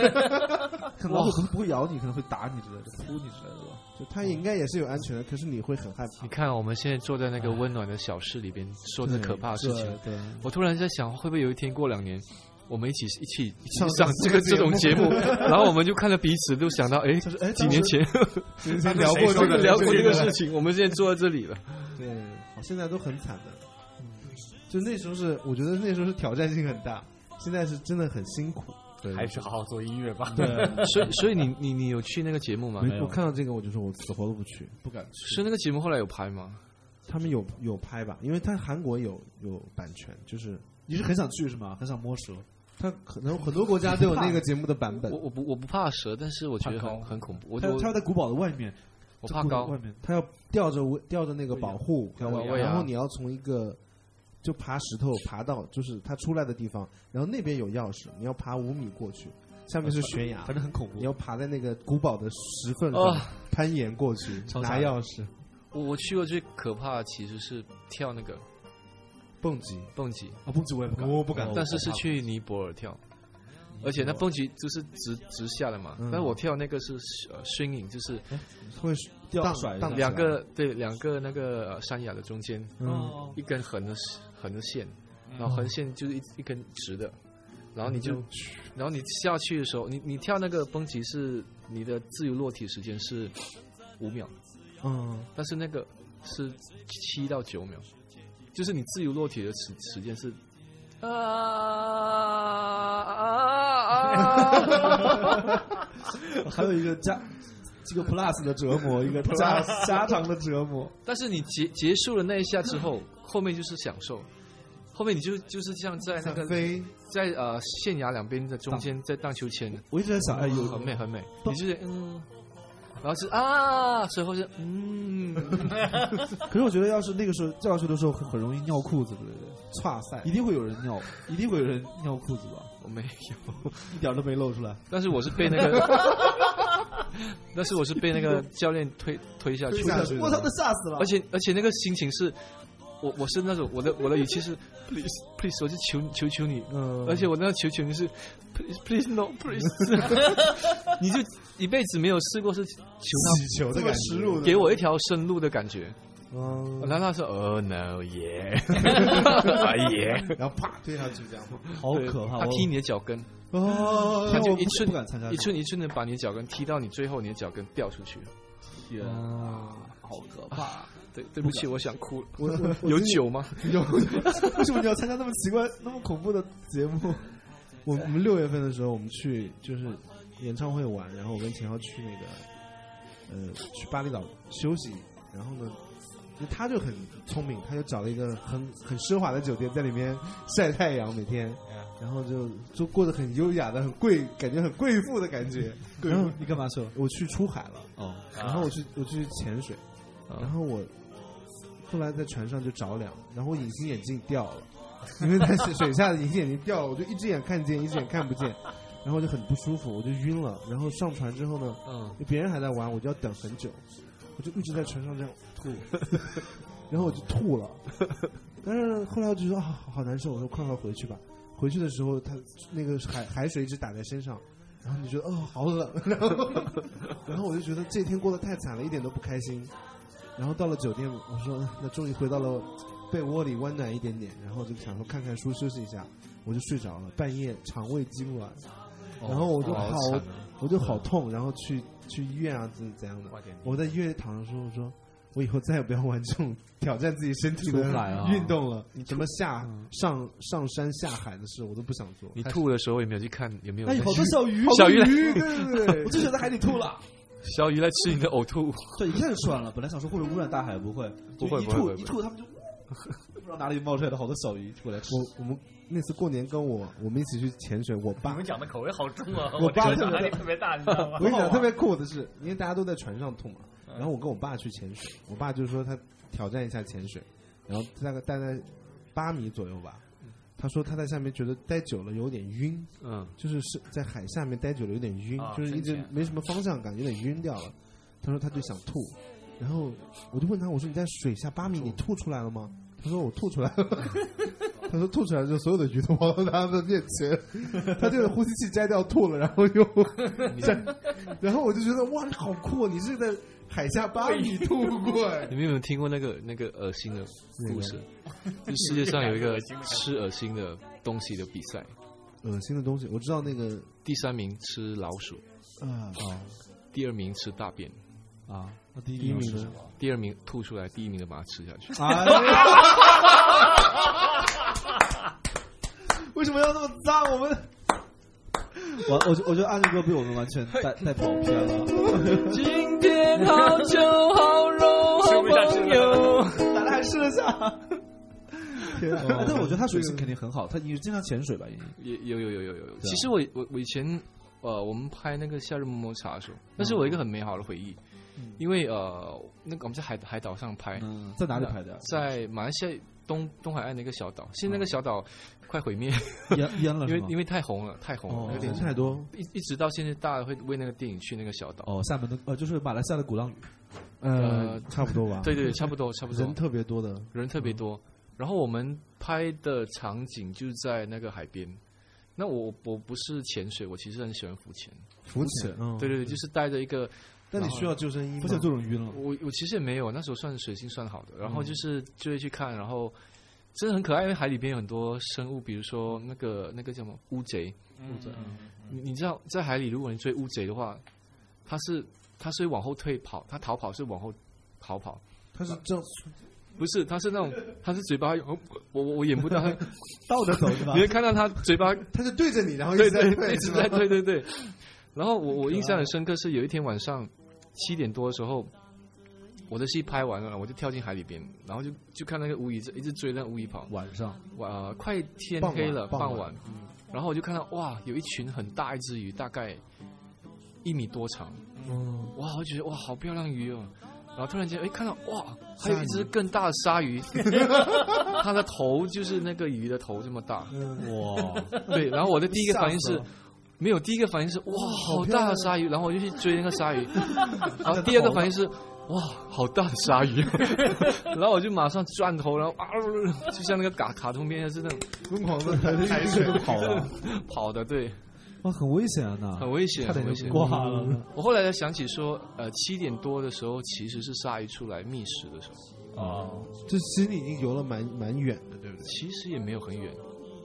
S5: 可能老虎可能不会咬你，可能会打你之类的，扑你之类的吧。
S3: 就它应该也是有安全的，可是你会很害怕
S4: 你。看啊我们现在坐在那个温暖的小室里边，说着可怕的事情。
S5: 对，
S4: 我突然在想，会不会有一天过两年，我们一起一起一起
S3: 上
S4: 上这个
S3: 这
S4: 这
S3: 个
S4: 种
S3: 节
S4: 节目，然后我们就看着彼此，都想到哎，
S5: 就是哎，
S4: 几年前
S3: 之前聊过这个
S4: 聊过这个事情，我们现在坐在这里了。
S3: 对，嗯好，现在都很惨的。就那时候是，我觉得那时候是挑战性很大，现在是真的很辛苦。对
S6: 还是好好做音乐吧。
S5: 对，
S4: 所以所以你你你有去那个节目吗？
S5: 没有
S3: 我看到这个，我就说我死活都不去，不敢去。
S4: 是那个节目后来有拍吗？
S3: 他们有有拍吧？因为他韩国有有版权，就是
S5: 你是很想去是吗？很想摸蛇，
S3: 他可能很多国家都有那个节目的版本
S4: 我。我不我不怕蛇，但是我觉得
S6: 怕高
S4: 很很恐怖，我
S5: 它它
S4: 我
S5: 在古堡的外面，
S4: 我怕
S5: 古
S4: 高
S5: 堡的外。面，
S3: 他要吊着围吊着那个保护，
S4: 吊着
S3: 然后你要从一个就爬石头爬到就是他出来的地方，然后那边有钥匙，你要爬五米过去，下面是悬崖
S5: 反，正很恐怖
S3: 你。要爬在那个古堡的石缝上、
S4: 哦
S3: 攀岩过去
S4: 超
S3: 拿
S4: 惨
S3: 钥匙
S4: 我我去过最可怕的其实是跳那个
S3: 蹦极。
S4: 蹦极，嗯
S5: 啊，蹦极我也不敢，我不敢
S4: 但是是去尼泊尔跳，而且那蹦极就是直直下的嘛，
S3: 嗯
S4: 但是我跳那个是呃 swinging，就是
S3: 会
S5: 吊
S3: 荡
S5: 甩的
S3: 荡
S5: 那
S3: 起来
S4: 两个对两个那个呃山崖的中间
S3: 嗯，
S5: 哦
S4: 一根横的横的线，然后横线就是一一根直的，然后你就然后你下去的时候，你你跳那个蹦极是你的自由落体时间是五秒，
S3: 嗯，
S4: 但是那个是七到九秒，就是你自由落体的时时间是。啊啊啊！
S5: 还有一个加这个 plus 的折磨，一个加加长的折磨，
S4: 但是你结结束了那一下之后，后面就是享受，后面你就就是像在那
S3: 想
S4: 个
S3: 飞，
S4: 在呃县崖两边的中间，在荡秋千，
S5: 我一直在 想，哎，有
S4: 很美很美，你就是嗯，然后是啊，随后是嗯，
S5: 可是我觉得，要是那个时候教学的时候，很很容易尿裤子之类的，
S3: 哇塞
S5: 一！定会有人尿，一定会有人尿裤子吧？
S4: 我没有，
S5: 一点儿都没露出来。
S4: 但是我是被那个，但是我是被那个教练推推下去
S3: 推下
S4: 的，
S3: 去
S5: 我操，那吓死了！
S4: 而且而且那个心情是，我我是那种我的我的语气是 please please，我就求求求你，
S5: 嗯，
S4: 而且我那个求求你是 please please no please，你 就一辈子没有试过是求他
S3: 祈求的感觉，
S4: 给我一条生路的感觉。
S3: 嗯，
S4: 然后他说 Oh no yeah，哎耶，
S3: 然后啪推下去这样。
S5: 好可怕！
S4: 他
S5: 我
S4: 踢你的脚跟，
S5: 哦，
S4: 他就
S5: 我不
S4: 一寸
S5: 不敢参加这
S4: 一
S5: 种，
S4: 寸一寸的把你的脚跟踢到你，最后你的脚跟掉出去了。
S5: 啊，好可怕！
S4: 对，对不起，我想哭了。
S3: 我我 我
S4: 有
S3: 最近
S4: 酒吗？
S3: 有，为什么你要参加那么奇怪、那么恐怖的节目？我我们六月份的时候，我们去就是演唱会玩，然后我跟秦昊去那个呃去巴厘岛休息，然后呢，就他就很聪明，他就找了一个很很奢华的酒店，在里面晒太阳每天，然后就就过得很优雅的、很贵，感觉很贵妇的 感觉。然后
S5: 你干嘛去了？
S3: 我去出海了，
S5: 哦，啊
S3: 然后我去我去潜水，然后我后来在船上就着凉，然后我隐形眼镜掉了，因为在水 下的隐形眼镜掉了，我就一只眼看见，一只眼看不见，然后我就很不舒服，我就晕了。然后上船之后呢，
S4: 嗯，
S3: 别人还在玩，我就要等很久，我就一直在船上这 样吐，然后我就吐了。但是后来我就说啊，好难受，我说快快回去吧。回去的时候，他那个海海水一直打在身上，然后你就觉得哦好冷，然后 然后我就觉得这天过得太惨了，一点都不开心。然后到了酒店，我说那终于回到了被窝里温暖一点点，然后就想说看看书休息一下，我就睡着了，半夜肠胃痉挛，然后我就好
S4: 哦惨啊
S3: 我就好痛，然后去去医院啊，怎怎样的
S6: 挂点。
S3: 我在医院躺着说，我说我以后再也不要玩这种挑战自己身体的
S5: 出不来啊嗯
S3: 运动了。什么下上上山下海的事，我都不想做。
S4: 你
S3: 还
S4: 吐的时候有没有去看有没有
S5: 哎，好多小鱼，
S4: 小鱼来
S3: 鱼，对对对
S5: 我，就想在海里吐了。
S4: 小鱼来吃你的呕吐？
S5: 对，一看就吃完了。本来想说会不会污染大海，不会，
S4: 不会
S5: 就一
S4: 不会不
S5: 吐
S4: 会
S5: 一吐，他们就不知道哪里冒出来的好多小鱼过来吃。
S3: 我我们那次过年跟我我们一起去潜水，我
S6: 你
S3: 爸
S6: 们讲的口味好重啊！
S3: 我爸
S6: 这
S3: 特别
S6: 个压力特别大，你知道吗？啊
S3: 我
S6: 嗯
S3: 跟你讲，特别酷的是，因为大家都在船上吐嘛，然后我跟我爸去潜水，我爸就说他挑战一下潜水，然后大概大概八米左右吧，
S6: 嗯
S3: 他说他在下面觉得待久了有点晕，
S4: 嗯，
S3: 就是是在海下面待久了有点晕，
S6: 啊
S3: 就是一直
S6: 深潜
S3: 没什么方向感，有点晕掉了。他说他就想吐，
S6: 嗯
S3: 然后我就问他，我说你在水下八米，你吐出来了吗？他说我吐出来了。 他说吐出来之后，所有的鱼都跑到他的面前，他就呼吸器摘掉吐了，然后又摘，然后我就觉得哇，你好酷哦，你是在海下八米吐过哎
S4: 你们有没有听过那个那个恶心的故事？就世界上有一个吃恶心的东西的比赛，
S3: 恶心的东西，我知道那个
S4: 第三名吃老鼠，
S5: 啊
S4: 第二名吃大便，
S5: 啊，那第
S3: 第一
S5: 一
S3: 名
S5: 名
S3: 的
S5: 是，
S4: 第二名吐出来，第一名的把它吃下去。
S5: 啊，为什么要那么脏？我们。我我觉我觉得阿牛哥被我们完全带带跑偏了，
S7: 今天好酒好肉好朋友，
S5: 咱俩还试了下。
S4: 啊
S5: 哎 但我觉得他水性肯定很好，他你是经常潜水吧？已经
S4: 也有有有有有有。
S5: 对啊
S4: 其实我我我以前呃，我们拍那个《夏日么么茶》的时候，那是我一个很美好的回忆，因为呃，那个我们在海海岛上拍，
S5: 嗯，在哪里拍的呀？
S4: 在马来西亚东东海岸的一个小岛，现在那
S5: 嗯
S4: 个小岛快毁 灭，
S5: 淹淹了
S4: 因
S5: 是
S4: 为
S5: 吗？
S4: 因为太红了，太红
S5: 哦
S4: 了，有点
S3: 人太多，
S4: 一一直到现在，大家会为那个电影去那个小岛。
S5: 哦，厦门的呃，就是马来西亚的鼓浪屿。
S3: 呃
S4: 呃，
S3: 差不多吧，
S4: 对对，差不多差不多，
S3: 人
S4: 人特
S3: 特别多的，
S4: 别
S5: 嗯
S4: 多。然后我们拍的场景就在那个海边。那我我不是潜水，我其实很喜欢浮潜。
S3: 浮潜，嗯
S4: 对对对，就是带着一个
S3: 但你需要救生衣吗，
S5: 不想做这种晕了。
S4: 我我其实也没有，那时候算水性算好的，
S6: 嗯
S4: 然后就是就会去看，然后真的很可爱，因为海里边有很多生物，比如说那个那个叫什么乌贼，
S6: 嗯嗯
S4: 你你知道在海里，如果你追乌贼的话，它是它是会往后退跑，它逃跑是往后逃跑，
S3: 它是这样
S4: 不是它是那种它是嘴巴我我我演 不到，它
S5: 倒着 走是吧
S4: 你？会看到它嘴巴
S3: 它是对着你，然后一
S4: 对
S3: 直在
S4: 对，
S3: 对啊
S4: 一直
S3: 是吧
S4: 在对 对对。然后我我印象很深刻是有一天晚上七点多的时候，我的戏拍完了，我就跳进海里边，然后就就看那个乌鱼在一直追那个乌鱼跑，
S5: 晚上
S4: 哇、呃快天
S3: 傍晚
S4: 黑了，
S3: 傍晚
S4: 傍晚，然后我就看到哇，有一群很大一只鱼，大概一米多长，
S3: 嗯，
S4: 哇，我就觉得哇，好漂亮鱼哦。然后突然间，哎，看到哇，
S3: 鲨
S4: 还
S3: 鱼
S4: 有一只更大的 鲨鱼，它的头就是那个鱼的头这么大。
S5: 哇，
S4: 对，然后我的第一个反应是，没有，第一个反应是哇，好大的鲨鱼，然后我就去追那个鲨鱼， 然后第二个反应是哇，好大的鲨鱼， 然后我就马上转头，然后啊，就像那个卡卡通片是那种
S3: 疯狂的 海水跑了，
S4: 跑的，对，
S5: 哇，很危险啊！那
S4: 很危险，
S5: 差
S4: 很
S5: 点
S4: 危
S5: 就
S4: 险。嗯
S5: 挂了。
S4: 我后来才想起说，呃，七点多的时候其实是鲨鱼出来觅食的时候，
S6: 哦，
S3: 这其实你已经游了蛮蛮远的，对不对？
S4: 其实也没有很远，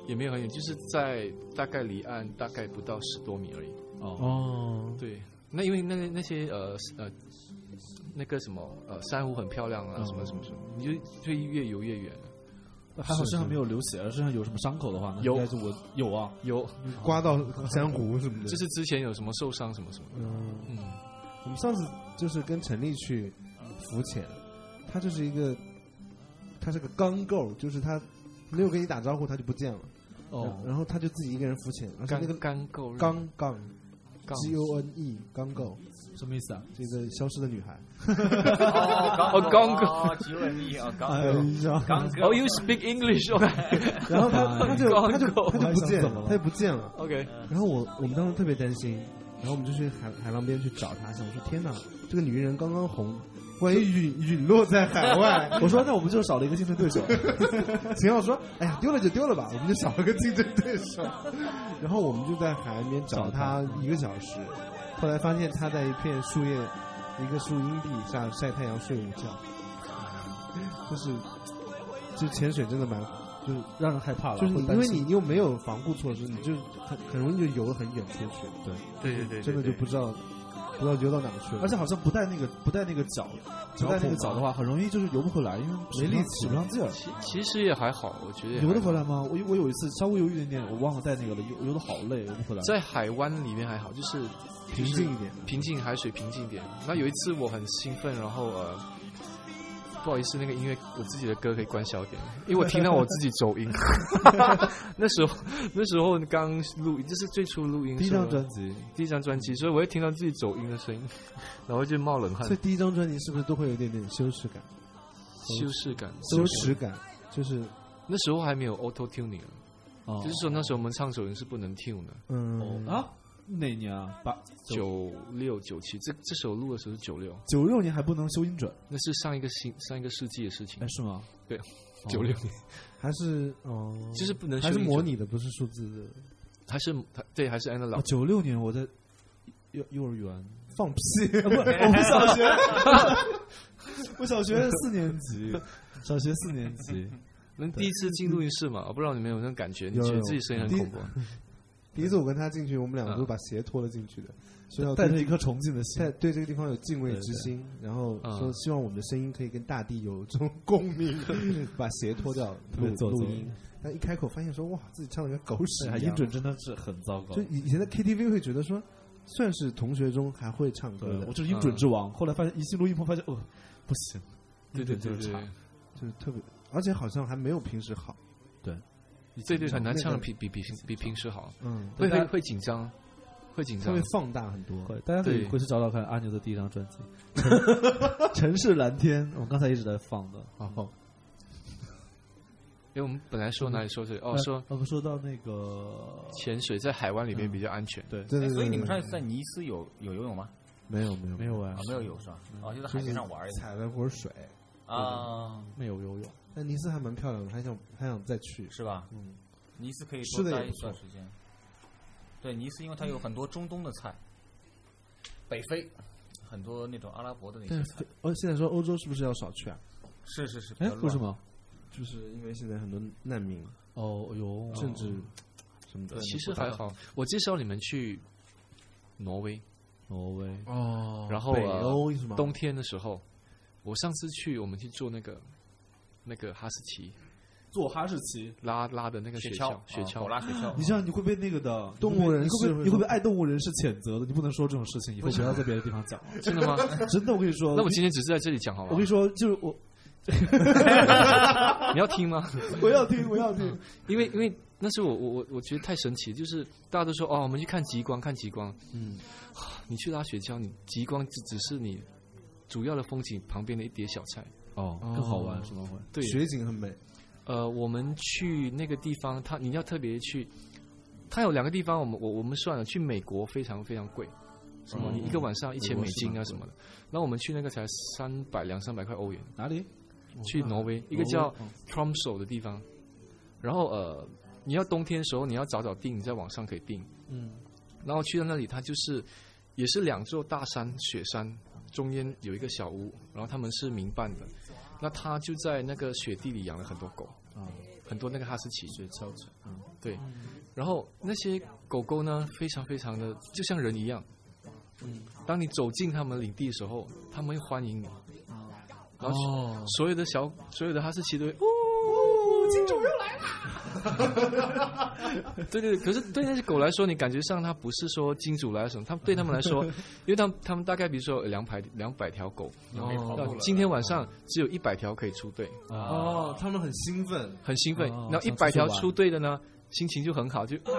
S4: 也没有很远，就是在大概离岸大概不到十多米而已。
S5: 哦，
S3: 哦，
S4: 对，那因为那那些呃呃那个什么呃珊瑚很漂亮啊，什么什么什么，你就就越游越远。啊
S5: 还好身上没有流血，而身上有什么伤口的话，那
S4: 有
S5: 应该是我有啊。
S4: 有，
S3: 刮到珊瑚什么的
S4: 就。是之前有什么受伤什么什么，
S3: 嗯，
S4: 嗯，
S3: 我们上次就是跟陈丽去浮潜，他就是一个，他是个刚够，就是他没有跟你打招呼，他就不见了。
S5: 哦，
S3: 然后他就自己一个人浮潜，而且
S4: 刚
S3: 那个
S4: 刚够
S3: 刚杠
S4: 刚
S3: G O N E 刚够，
S5: 什么意思啊？
S3: 这个消失的女孩。
S6: 哦
S4: 哦刚哥
S6: 哦，吉文义哦，刚
S3: 哎
S6: 哥，
S3: 呀，
S6: 刚哥，
S4: 哦，you speak English
S3: 然后他他就
S4: 刚
S3: 他就
S4: 够
S3: 他就不见
S5: 我还想怎么
S3: 了
S5: 了，
S3: 他就不见了。
S4: OK，OK，
S3: 然后我我们当时特别担心，然后我们就去海海浪边去找他，想说天哪，这个女艺人刚刚红，万一陨陨落在海外，
S5: 我说那我们就少了一个竞争对手。
S3: 秦昊说：“哎呀，丢了就丢了吧，我们就少了个竞争对手。”然后我们就在海岸边找他一个小时，后来发现他在一片树叶、一个树荫地下晒太阳睡午觉， 就是就潜水真的蛮
S5: 就是让人害怕了，
S3: 就是你
S5: 会
S3: 因
S5: 担
S3: 为
S5: 心
S3: 你又没有防护措施，你就很很容易就游得很远出去，对，
S4: 对对对，
S3: 真的就不知道不知道游到哪去了，
S5: 而且好像不带那个不带那个脚，不带那个脚的话，很容易就是游不回来，因为
S3: 没力气
S5: 使不上劲儿。
S4: 其其实也还好，我觉得也还
S5: 游
S4: 好
S5: 得回来吗？我有我有一次稍微有一点点，我忘了带那个了，游游得好累，游不回来。
S4: 在海湾里面还好，就是
S3: 平静一点。
S4: 平静海水平静一点。那有一次我很兴奋，然后呃，不好意思，那个音乐我自己的歌可以关小点，因为我听到我自己走音。那时候那时候刚录，这是最初录音
S5: 第一
S4: 时候
S5: 张专辑，
S4: 第一张专辑，所以我会听到自己走音的声音， 然后就冒冷汗
S3: 所以，第一张专辑是不是都会有一点点羞耻感、
S4: 羞耻感。
S3: 羞耻感？就是
S4: 那时候还没有 auto tuning，
S5: 哦
S4: 就是说那时候我们唱首人是不能 tune 的，
S3: 嗯
S5: 啊，哪年啊？八
S4: 九六九七，这这首录的时候是九六，
S5: 九六年还不能修音准，
S4: 那是上一个新上一个世纪的事情
S5: 哎，，是吗？
S4: 九六
S3: 还是哦，
S4: 就是不能
S3: 还是
S4: 修音
S3: 模
S4: 准
S3: 拟的，不是数字的。
S4: 还是它对，还是 analog
S5: 啊
S3: 哦
S5: 九六年我在幼幼儿园，
S3: 放 屁！
S5: 啊不，我们小 学，我小学四年级， 小学四年级，
S4: 那第一次进录音室嘛，我不知道你们有没有那种感觉，你觉得自己声音很恐怖啊。
S3: 第一次我跟他进去，我们两个都把鞋脱了进去的，说要
S5: 带着
S3: 对
S5: 一颗崇敬的心
S3: 在，对这个地方有敬畏之心，然后说希望我们的声音可以跟大地有这种共鸣，把鞋脱掉
S5: 别
S3: 录
S5: 做作
S3: 录音。但一开口发现说哇，自己唱的跟狗屎
S5: 哎
S3: 一
S5: 音
S3: 样。
S5: 准真的是很糟糕
S3: 就。以以前在 KTV 会觉得说，算是同学中还会唱歌
S5: 对，嗯
S3: 的
S5: 我，这是音准之王。后来发现一进录音棚，发现哦，不行，
S4: 对对对
S5: 音准就是
S4: 对
S5: 差，
S3: 就是特别，而且好像还没有平时好。
S4: 对对很难
S3: 那个
S4: 唱的比比比比平时好，
S3: 嗯，
S4: 会
S5: 大
S4: 会
S5: 家
S4: 会紧张，会紧
S3: 它
S4: 张
S3: 会。放大很多。
S5: 会，大家可以
S4: 对
S5: 回去找找看阿牛的第一张专辑 《城市蓝天》，我刚才一直在放的。
S3: 好好，
S4: 因为我们本来说哪里说这里哦
S5: 哎，
S4: 说
S5: 我们说到那个
S4: 潜水在海湾里
S3: 嗯
S4: 面比较安全。
S5: 对
S3: 对对
S6: 哎
S3: 对。
S6: 所以你们
S3: 对
S6: 上次在尼斯有有游泳吗？
S3: 没有没有
S5: 没有哎
S6: 啊，，没有游是吧？
S3: 嗯
S6: 哦，就在海边上玩儿一下
S3: 踩了会儿水，
S6: 啊，
S5: 没有游泳。
S3: 但尼斯还蛮漂亮的，还想还想再去。
S6: 是吧？
S3: 嗯，
S6: 尼斯可以
S3: 吃的
S6: 多
S3: 也
S6: 待一
S3: 不错
S6: 段时间。对，尼斯因为它有很多中东的菜，北非很多那种阿拉伯的那些
S3: 但
S6: 菜
S3: 是，哦，现在说欧洲是不是要少去啊？
S6: 是是是，比
S5: 哎
S6: 较，乱
S5: 为什？么？
S3: 就是因为现在很多难民，
S5: 哦，有
S3: 政治什么的。
S4: 其实还好，我介绍你们去挪威，
S5: 挪威
S3: 哦
S4: 然后
S3: 北
S4: 呃
S3: 欧是吗？
S4: 冬天的时候，我上次去我们去做那个那个哈士奇
S5: 做哈士奇。
S4: 拉拉的那个雪
S6: 雪
S4: 橇
S6: 橇，，啊
S4: 雪
S6: 狗
S3: 哦
S4: 橇。
S6: 拉雪橇。
S5: 你这样你会被那个的
S3: 动物人
S5: 你会
S3: 士
S5: 被
S3: 会
S5: 你会
S3: 说
S5: 被爱动物人士谴责的，你不能说这种事情，以后不要在别的地方讲了。
S4: 真的吗？
S5: 真的，我跟你说，
S4: 那我今天只是在这里讲好
S5: 我
S4: 吗
S5: 跟你？说，就是我
S4: 你要听吗？
S5: 我要听，我要听。
S4: 因为因为那是我我我我觉得太神奇，就是大家都说哦，我们去看极光，看极光。
S3: 嗯，
S4: 你去拉雪橇，你极光只只是你主要的风景旁边的一碟小菜。
S5: 哦，更好玩，是吗？会
S4: 对，
S3: 雪景很美，
S4: 呃，我们去那个地方，它你要特别去，它有两个地方，我们我我们算了，去美国非常非常贵，什么、
S5: 哦
S4: 你一个晚上一千
S5: 美
S4: 美
S5: 国是
S4: 金
S5: 蛮
S4: 啊
S5: 贵
S4: 什么的，然后我们去那个才三百两三百块欧元，
S5: 哪里？
S4: 去挪威一个叫 Tromso 的地方，然后呃，你要冬天的时候你要早早订，你在网上可以订，
S3: 嗯，
S4: 然后去到那里，它就是也是两座大山雪山中间有一个小屋，然后他们是民办的，那他就在那个雪地里养了很多狗
S5: 啊，
S4: 很多那个哈士奇，
S5: 雪橇犬，
S4: 对，然后那些狗狗呢，非常非常的就像人一样，当你走进他们领地的时候，他们会欢迎你，然后
S3: 哦
S4: 所有的小所有的哈士奇都会。哦金主又 来啦！对对，对可是对那些狗来说，你感觉上它不是说金主来了什么，它对他们来说，因为他们他们大概比如说有两百两百条狗，
S6: 啊
S3: 哦
S4: 那今天晚上只有一百条可以出队，
S3: 哦，他们很兴 奋，
S4: 很兴奋
S5: 哦。
S4: 然后一
S5: 想出
S4: 百
S5: 去
S4: 条
S5: 玩嗯
S4: 出队的呢，心情就很好，就、啊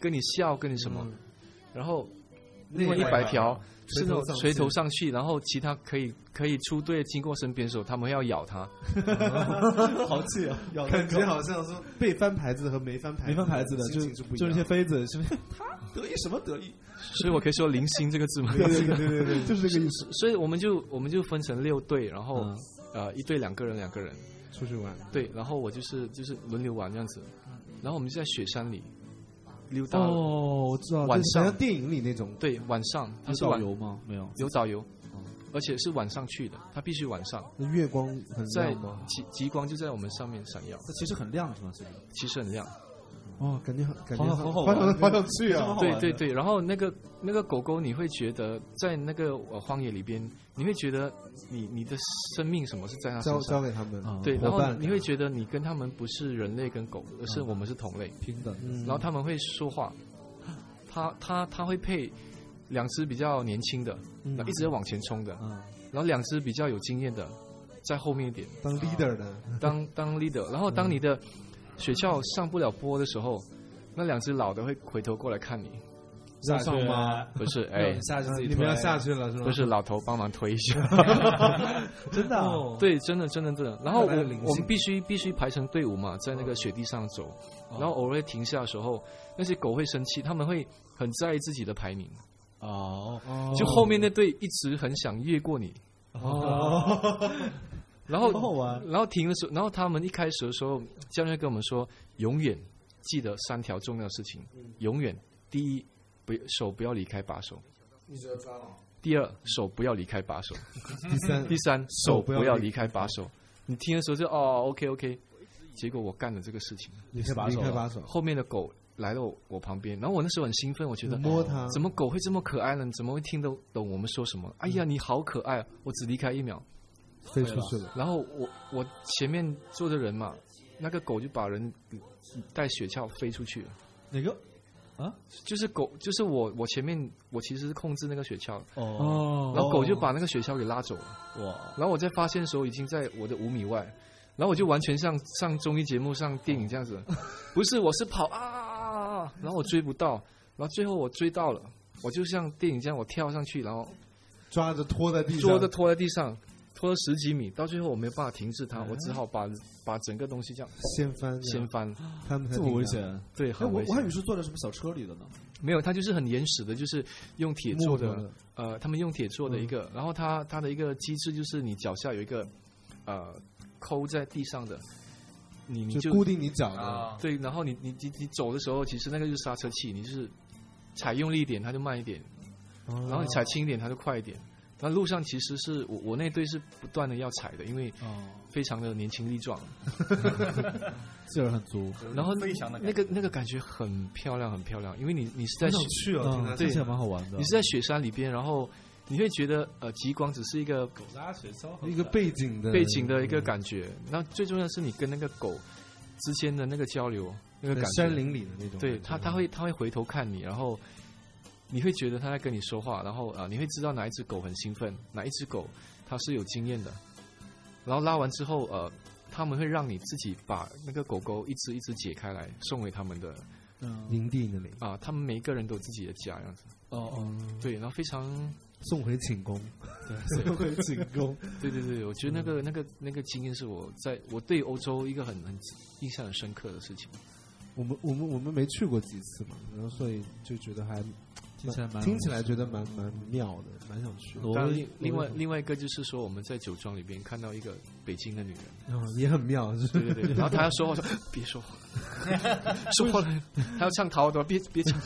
S4: 跟你笑，跟你什么。然后另外一
S3: 另外
S4: 百
S3: 100
S4: 条是那
S3: 垂头丧
S4: 种垂头
S3: 气
S4: 上去，然后其他可以可以出队经过身边的时候，他们要咬 它。
S5: 好气啊！咬
S3: 感觉好像说被翻牌子和没翻牌
S5: 没翻牌子的，哎
S3: 心
S5: 就
S3: 情是不一
S5: 就
S3: 样的。
S5: 是一些妃子， 什么他得意什么得意？
S4: 所以我可以说“零星”这个字吗？
S5: 对对对 对对，就是这个意思。
S4: 所以我们就我们就分成六队，然后、
S5: 嗯
S4: 呃一队两个人两个人，
S3: 出去玩，
S4: 对，然后我就是就是轮流玩这样子，然后我们就在雪山里溜达，
S5: 嗯哦，我知道，
S4: 晚
S3: 好
S4: 上
S3: 像电影里那种
S4: 对晚上他
S5: 他
S4: 是
S5: 导
S4: 晚
S5: 游吗？没有，
S4: 有导游，而且是晚上去的，他必须晚上
S3: 那月光很
S4: 在
S3: 亮吗？
S4: 极极光就在我们上面闪耀，
S5: 这其实很亮是吗？这个
S4: 其实很亮，
S3: 哦，感觉很感觉
S5: 好好好玩
S3: 想好想去
S5: 好
S3: 啊！
S5: 玩
S4: 对
S5: 的
S4: 对对，然后那个那个狗狗，你会觉得在那个呃荒野里边，你会觉得你你的生命什么是在它身
S3: 交交
S4: 上。
S3: 给他们，
S5: 啊
S4: 对，然
S3: 伙
S4: 后
S3: 伴
S4: 你会觉得你跟他们不是人类跟狗，而是我们是同类。
S5: 平等的。
S3: 嗯
S4: 然后他们会说话，他他他会配两只比较年轻的，那一直在往前冲的，
S5: 嗯，
S4: 然后两只比较有经验的在后面一点
S3: 当 leader 的，
S4: 当当 leader。然后当你的雪橇上不了坡的时候，那两只老的会回头过来看你，
S5: 啊
S3: 要上吗？
S4: 不是哎。
S5: 下去自己
S3: 你们要下去了是吗？
S4: 不是老头帮忙推一下，
S5: 真的啊。
S4: 对，真的，真的，真的。然后我
S3: 看来有灵性
S4: 我们必须必须排成队伍嘛，在那个雪地上走，
S5: 哦
S4: 然后偶尔会停下的时候，那些狗会生气，他们会很在意自己的排名，
S5: 哦
S4: 就后面那队一直很想越过你，
S5: 哦，
S4: 然后
S5: 好好玩
S4: 然后停的时候，然后他们一开始的时候，教练跟我们说，永远记得三条重要的事情，
S5: 嗯
S4: 永远第一，不手不要离开把手。第二，手不要离开把手。
S3: 第三，
S4: 第三，手
S3: 手
S4: 不
S3: 不
S4: 要
S3: 要
S4: 离
S3: 离
S4: 开把手。你听的时候就哦，OK OK，结果我干了这个事情，
S5: 你是把手
S3: 离开把手，
S4: 后面的狗来到我我旁边，然后我那时候很兴奋，我觉得哎
S3: 摸它
S4: 怎么狗会这么可爱呢？怎么会听得懂我们说什么？哎呀，你好可爱！我只离开一秒，
S3: 飞出去了，
S4: 然后我我前面坐着人嘛，那个狗就把人带雪橇飞出去了。
S5: 哪个？
S4: 就是狗，就是我，我前面我其实是控制那个雪橇，
S5: 哦，
S4: 然后狗就把那个雪橇给拉走了。
S5: 哇，
S4: 然后我在发现的时候，已经在我的五米外，然后我就完全像上综艺节目、上电影这样
S5: 哦
S4: 子， 不是，我是跑啊啊啊啊啊，然后我追不到，然后最后我追到了，我就像电影这样，我跳上去，然后
S3: 抓着拖在地上，
S4: 拖着拖在地上，拖了十几米，到最后我没有办法停止它，我
S5: 嗯
S4: 只好把把整个东西这样
S3: 掀翻，
S4: 掀，翻，
S3: 他们才
S5: 这么
S3: 听
S5: 危
S3: 到
S5: 险？
S4: 对，
S5: 啊哎，
S4: 很
S5: 我
S4: 危
S5: 我还以为
S4: 险。
S5: 是坐在什么小车里的呢。
S4: 没有，它就是很原始的，就是用铁
S3: 木
S4: 做的
S3: 头的，
S4: 呃，他们用铁做的一
S3: 嗯
S4: 个，然后它它的一个机制就是你脚下有一个呃抠在地上的，你你
S3: 就
S4: 就
S3: 固定你脚的，
S6: 啊，
S4: 对，然后你你你你走的时候，其实那个就是刹车器，你就是踩用力一点，它就慢一点，然
S3: 然
S4: 后你踩轻一点，它就快一点。但路上其实是我我那队是不断的要踩的，因为
S5: 哦，
S4: 非常的年轻力壮，
S5: 劲儿很足，
S4: 然后
S6: 飞翔的
S4: 那个那个感觉很漂亮，很漂亮，因为你你是在
S5: 很想
S4: 雪
S5: 去啊，
S4: 嗯
S5: 听起
S4: 对
S5: 来这也蛮好玩的。
S4: 你是在雪山里边，然后你会觉得呃极光只是一个
S3: 一个背景的
S4: 背景的一个感觉，那最重要的是你跟那个狗之间的那个交流，那个
S3: 在
S4: 感觉
S3: 山林里的那种感觉，
S4: 呃对他，他会他会回头看你，然后呃你会觉得他在跟你说话，然后啊、呃你会知道哪一只狗很兴奋，哪一只狗它是有经验的。然后拉完之后，呃，他们会让你自己把那个狗狗一只一只解开来，送回他们的
S5: 嗯
S3: 营地那里
S4: 啊、他们每一个人都有自己的家，这样子。
S5: 哦 哦，
S4: 对，然后非常，
S3: 送回寝宫，送回寝宫，
S4: 对对对，我觉得那
S5: 嗯
S4: 个、那个那个经验是我在我对欧洲一个很很印象很深刻的事情。
S3: 我们我们我们没去过几次嘛，然后所以就觉得还
S5: 听起来蛮
S3: 听起来觉得蛮蛮妙的，蛮想去的。
S5: 挪
S4: 当然
S5: 威
S4: 另另外另外一个就是说，我们在酒庄里边看到一个北京的女人，
S3: 嗯，也很妙，就是
S4: 对对对，然后他要说话，我 说别说话，说话了，他要唱桃花，别别唱，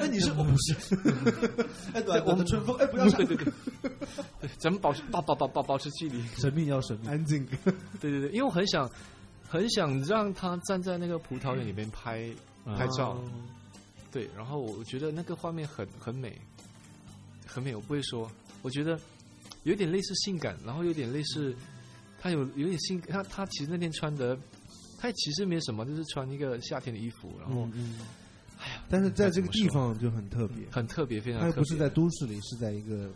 S5: 哎，你是我不是？ 哎， 对，我们春风，哎，不要
S4: 对对对， 对，咱们保持保保保保保持距离，
S5: 神秘要神秘，
S3: 安 静哥，
S4: 对对对，因为我很想很想让他站在那个葡萄园里面拍拍照，对，然后我觉得那个画面很很美，很美，我不会说，我觉得有点类似性感，然后有点类似，他有有点性，他他其实那天穿的，他其实没什么，就是穿一个夏天的衣服，然
S3: 嗯
S4: 后
S3: 哎但是在这个地方就很特别，
S4: 很特别，非常
S3: 它又
S4: 特别
S3: 不是在都市里，是在一个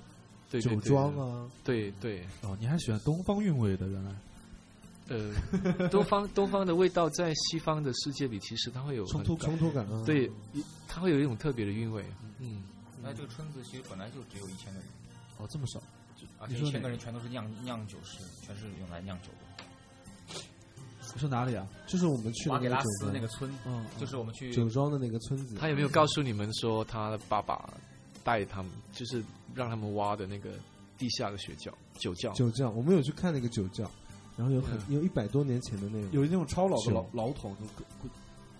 S4: 对
S3: 酒庄，啊，
S4: 对对
S5: 哦，你还喜欢东方韵味的，原来
S4: 对对对， 呃，东方东方的味道在西方的世界里，其实它会有
S3: 冲
S4: 很
S3: 突冲突感啊，
S4: 对，它会有一种特别的韵味，嗯。
S6: 那这个村子其实本来就只有一千个人，
S5: 哦这么少，
S6: 而
S5: 你
S6: 且
S5: 说
S6: 一千
S5: 哪
S6: 个人全都是酿酿酒师，全是用来酿酒的。
S5: 是哪里啊？
S3: 就是我们去
S6: 瓦
S3: 的
S6: 给
S3: 那
S6: 拉
S3: 个
S6: 斯
S3: 酒
S6: 那
S3: 庄
S6: 个，村，
S5: 嗯，
S6: 就是我们去
S3: 酒庄的那个村子，
S4: 他有没有告诉你们说他的爸爸带他们，就是让他们挖的那个地下的雪窖、酒窖？
S3: 酒窖，我们有去看那个酒窖，然后有很有一百多年前的那种，
S5: 有那种超老的
S3: 酒
S5: 老老桶，就不不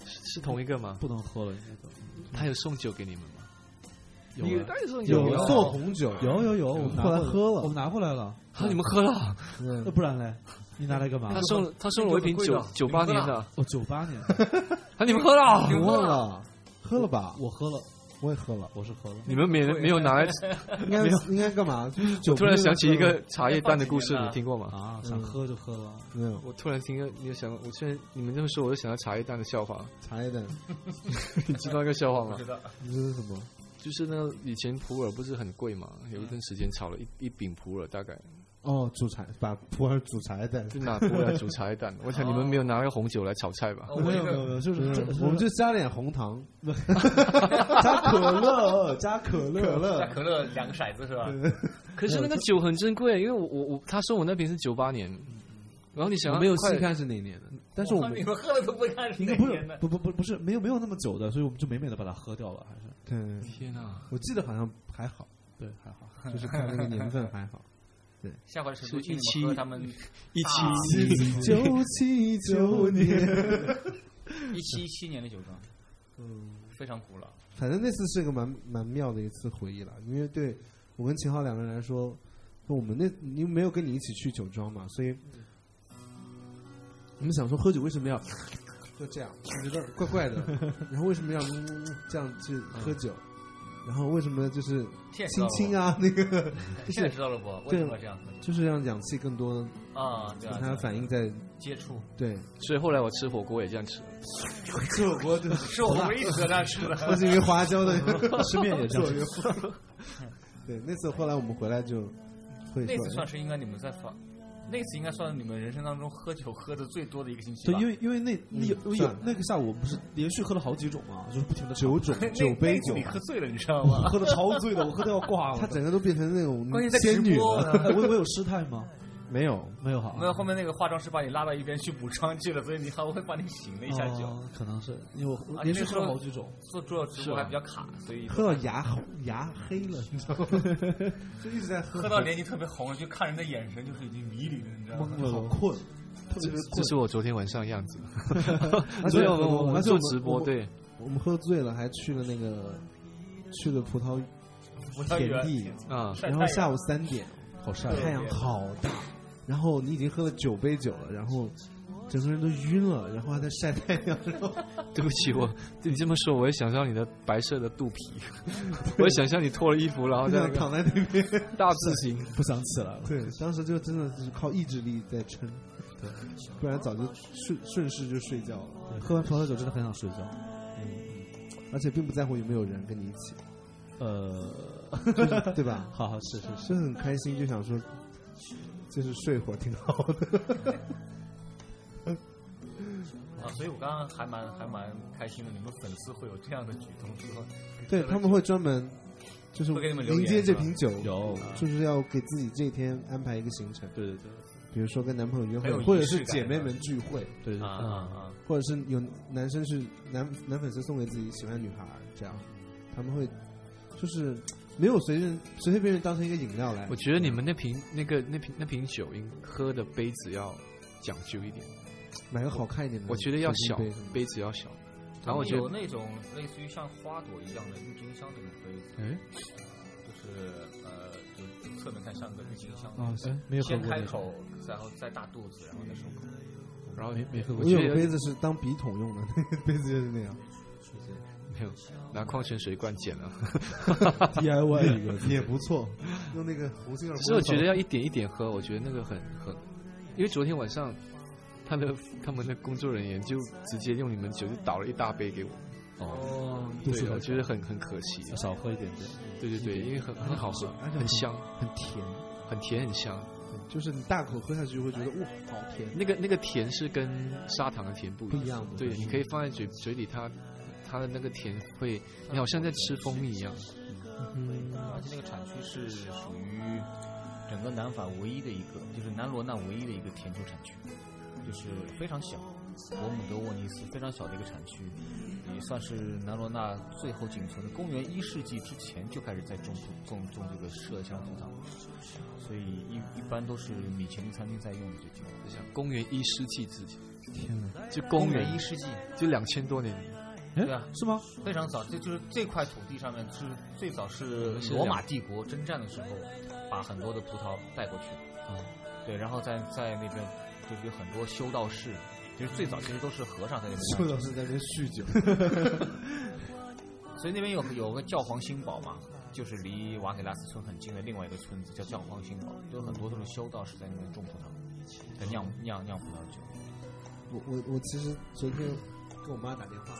S4: 是同一个吗？
S5: 不能喝了，应该都
S4: 他有送酒给你们吗？
S5: 有
S4: 你
S5: 啊
S4: 带送酒
S3: 有
S4: 给我
S3: 做红酒，
S5: 有有有，我们后来喝了，
S3: 我
S5: 我们拿回来了，
S4: 啊！你们喝了？
S3: 嗯
S5: 那不然嘞？你拿来干嘛
S4: 他？送了他送了我一瓶
S6: 贵
S4: 九
S6: 的
S4: 九八年的，
S5: 哦，九八年，
S4: 啊！你们喝了？
S3: 我忘了，喝了 吧？
S5: 我喝了，
S3: 我也喝了，
S5: 我是喝了。嗯
S4: 你们没没有拿来？
S3: 应该应该干嘛？就是酒
S4: 突然想起一个茶叶蛋的故事，
S6: 放几年了
S4: 你听过吗？
S5: 啊，想喝就喝了，
S3: 没有
S4: 我突然听到，你想，我现在你们这么说，我就想到茶叶蛋的笑话。
S3: 茶叶蛋，
S4: 你知道那个笑话
S6: 不
S4: 吗
S6: 知？ 道
S3: 你这是什么？
S4: 就是那个以前普洱不是很贵嘛，有一段时间炒了一一饼普洱，大概
S3: 哦，煮茶把普洱煮茶叶蛋，
S4: 就拿过来煮茶叶 蛋。我想你们没有拿个红酒来炒菜吧？
S6: 哦我
S5: 没
S6: 这
S5: 有没有
S6: 个
S5: 没有，嗯就是这
S3: 嗯我 们就加点红 糖，加可 乐，加可乐，可
S6: 加
S3: 乐。
S6: 可乐两个骰子是吧？
S4: 可是那个酒很珍贵，因为我我我他说我那瓶是九八年，然后你想
S3: 我
S4: 要
S3: 没有细
S4: 快
S3: 看是哪年的，但嗯是我
S6: 哇
S3: 们
S6: 你们喝了都不会看是
S5: 应
S6: 哪
S5: 该不
S6: 天
S5: 是
S6: 的。
S5: 不不不不是没有没有那么久的，所以我们就美美的把它喝掉了，还是
S3: 对，
S4: 天啊，
S3: 我记得好像还好，
S5: 对还好。
S3: 就是看那个年份还好。
S6: 下回成都请你
S4: 是一
S6: 们喝
S4: 期
S6: 他们
S4: 一七
S6: 啊
S3: 九七九年，
S6: 一七一七年的酒庄，嗯，非常古老。
S3: 反正那次是个蛮蛮妙的一次回忆了，因为对我跟秦昊两个人来说，我们那因为没有跟嗯你一起去酒庄嘛，所以我们想说喝酒为什么要就这样，我觉得怪怪 的。然后为什么要嗯嗯嗯这样去喝酒？然后为什么就是
S6: 现在知道
S3: 亲
S6: 了
S3: 亲啊， 那个
S6: 不，现在知道了不？为什么要这样喝酒
S3: 就是让氧气更多的
S6: 啊？对
S3: 让它
S6: 啊，对啊啊
S3: 反映在
S6: 接 触
S3: 对
S4: 所以后来我吃火锅也这样吃，
S3: 吃火 锅的，
S6: 是我唯一吃的那吃的。
S3: 我是因为花椒的
S5: 吃面也这样。
S3: 对，那次后来我们回来就会
S6: 那次
S3: 说
S6: 算，是应该你们在发，那次应该算是你们人生当中喝酒喝的最多的一个星期
S5: 对
S6: 吧，
S5: 因。为因为那那有
S3: 嗯
S5: 有
S3: 算了
S5: 那个下午，我不是连续喝了好几种嘛，就是不停的
S3: 九种
S6: 那
S3: 九杯酒
S6: 那次你，喝醉了，你知道吗？
S5: 喝的超醉的，我喝的要挂了。
S3: 她整个都变成那种
S6: 关键在直
S3: 仙女
S6: 播
S3: 了。
S6: 呢，
S5: 哎我我有失态吗？
S3: 没有，
S5: 没有哈，
S6: 没有，后面那个化妆师把你拉到一边去补妆去了，所以你还会把你醒了一下酒。
S5: 哦可能是因为我
S6: 啊
S5: 连
S6: 那
S5: 续
S6: 时
S5: 喝了
S6: 候
S5: 好几种。
S6: 做做直播还比较卡，所以
S3: 喝到牙红 牙黑了，你知 道吗？就一直在喝，
S6: 喝到脸睛特别红了，就看人的眼神就是已经迷离了，你知道吗？
S3: 好困，特
S4: 这
S3: 别
S4: 这
S3: 困。
S4: 是我昨天晚上的样 子。
S3: 而且
S4: 所以我们我
S3: 而
S4: 们
S3: 且我
S4: 做
S3: 们
S4: 直播，
S3: 我
S4: 对，
S3: 我们喝醉了，还去了那个去了葡萄
S6: 葡萄
S3: 田
S6: 园
S3: 地，
S4: 啊，
S6: 晒
S3: 然后
S6: 太阳
S3: 下午三点，好晒太阳好大，然后你已经喝了九杯酒了，然后整个人都晕了，然后还在晒太阳，然后
S4: 对不起，我你这么说，我也想象你的白色的 肚皮，我也想象你脱了衣服，然后
S3: 我
S4: 在
S3: 想
S4: 那
S3: 躺
S4: 个
S3: 在那边。
S4: 大字形。
S5: 不想起来了，
S3: 对，当时就真的是靠意志力在撑，对，不然早就顺顺势就睡觉了，
S5: 对喝完葡萄酒真的很想睡觉。
S3: 而且并不在乎有没有人跟你一起，
S5: 呃，
S3: 就是对吧？
S5: 好好是是是，
S3: 是很开心，就想说，就是睡会儿挺好的。
S6: 啊，所以我刚刚还蛮还蛮开心的，你们粉丝会有这样的举动，说
S3: 对他们会专门就是
S6: 会给你们留言
S3: 迎接这瓶酒，
S5: 有
S3: 就是要给自己这一天安排一个行程，
S5: 对对对
S3: 比如说跟男朋友约
S6: 很有
S3: 会，或
S4: 啊
S6: 仪式
S3: 者是
S6: 感
S3: 姐妹
S6: 的
S3: 们聚会，
S5: 对 对
S6: 啊啊啊，
S3: 或者是有男生是男男粉丝送给自己喜欢的女孩儿，这样他们会就是没有随人随随便便当成一个饮料来
S4: 我。觉得你们那瓶那个那瓶那瓶酒，应喝的杯子要讲究一点，
S3: 买个好看一点的，
S4: 我觉得要小
S3: 杯什么的
S4: 嗯杯子要小。然后我觉
S6: 有
S4: 得，
S6: 那种类似于像花朵一样的郁金香那种杯子，
S4: 哎，
S6: 就是呃，就侧面看像个郁金香，
S4: 嗯哦
S5: 啊，哎没有喝
S6: 先
S5: 过
S6: 开
S5: 那种，
S6: 口，然后再大肚子，然后再收口。
S4: 然后没没喝过，
S3: 我
S4: 觉
S3: 有
S4: 得
S3: 个杯子是当笔筒用的， 那个杯子就是那样，
S4: 没有拿矿泉水啊罐捡 了。
S5: DIY 一个
S3: 也不错。用那个胡杏儿，
S4: 其实我觉得要一点一点喝，我觉得那个很很，因为昨天晚上他的他们的工作人员就直接用你们酒就倒了一大杯给我，
S5: 哦，度数
S4: 对，我
S5: 很
S4: 觉得很很可惜
S5: 小。少喝一点点。
S4: 对对对，因为很很好喝，
S3: 而且
S4: 很香，
S3: 很甜，
S4: 很甜，很香。
S3: 就是你大口喝下去会觉得哇，好甜，
S4: 那个那个甜是跟砂糖的甜不
S3: 不
S4: 一
S3: 一
S4: 样，
S3: 样的。嗯
S4: 对，你可以放在嘴嘴里，它它的那个甜会，你好像在吃蜂蜜一样。嗯
S6: 而且那个产区是属于整个南法唯一的一个，就是南罗纳唯一的一个甜酒产区，就是非常小，伯姆德沃尼斯非常小的一个产区，也算是南罗纳最后仅存的。公元一世纪之前就开始在种种种这个麝香种糖，所以一一般都是米其林餐厅在用的这酒。
S4: 就像公元一世纪之前，
S3: 天哪，
S4: 就
S6: 公
S4: 公
S6: 元
S4: 元
S6: 一世纪，
S4: 就两千多年，
S6: 对啊，
S5: 是吗？
S6: 非常早，这就是这块土地上面是最早是
S4: 是
S6: 罗马帝国征战的时候，把很多的葡萄带过去。对，然后在在那边就是有很多修道士，其实最早其实都是和尚在那边
S3: 臭
S6: 干
S3: 老师在那边酗酒，
S6: 所以那边有有个教皇新堡嘛，就是离瓦给拉斯村很近的另外一个村子叫教皇新堡，有很多都是修道士在那边种葡萄，在酿酿酿葡萄酒。
S3: 我我我其实昨天跟我妈打电话，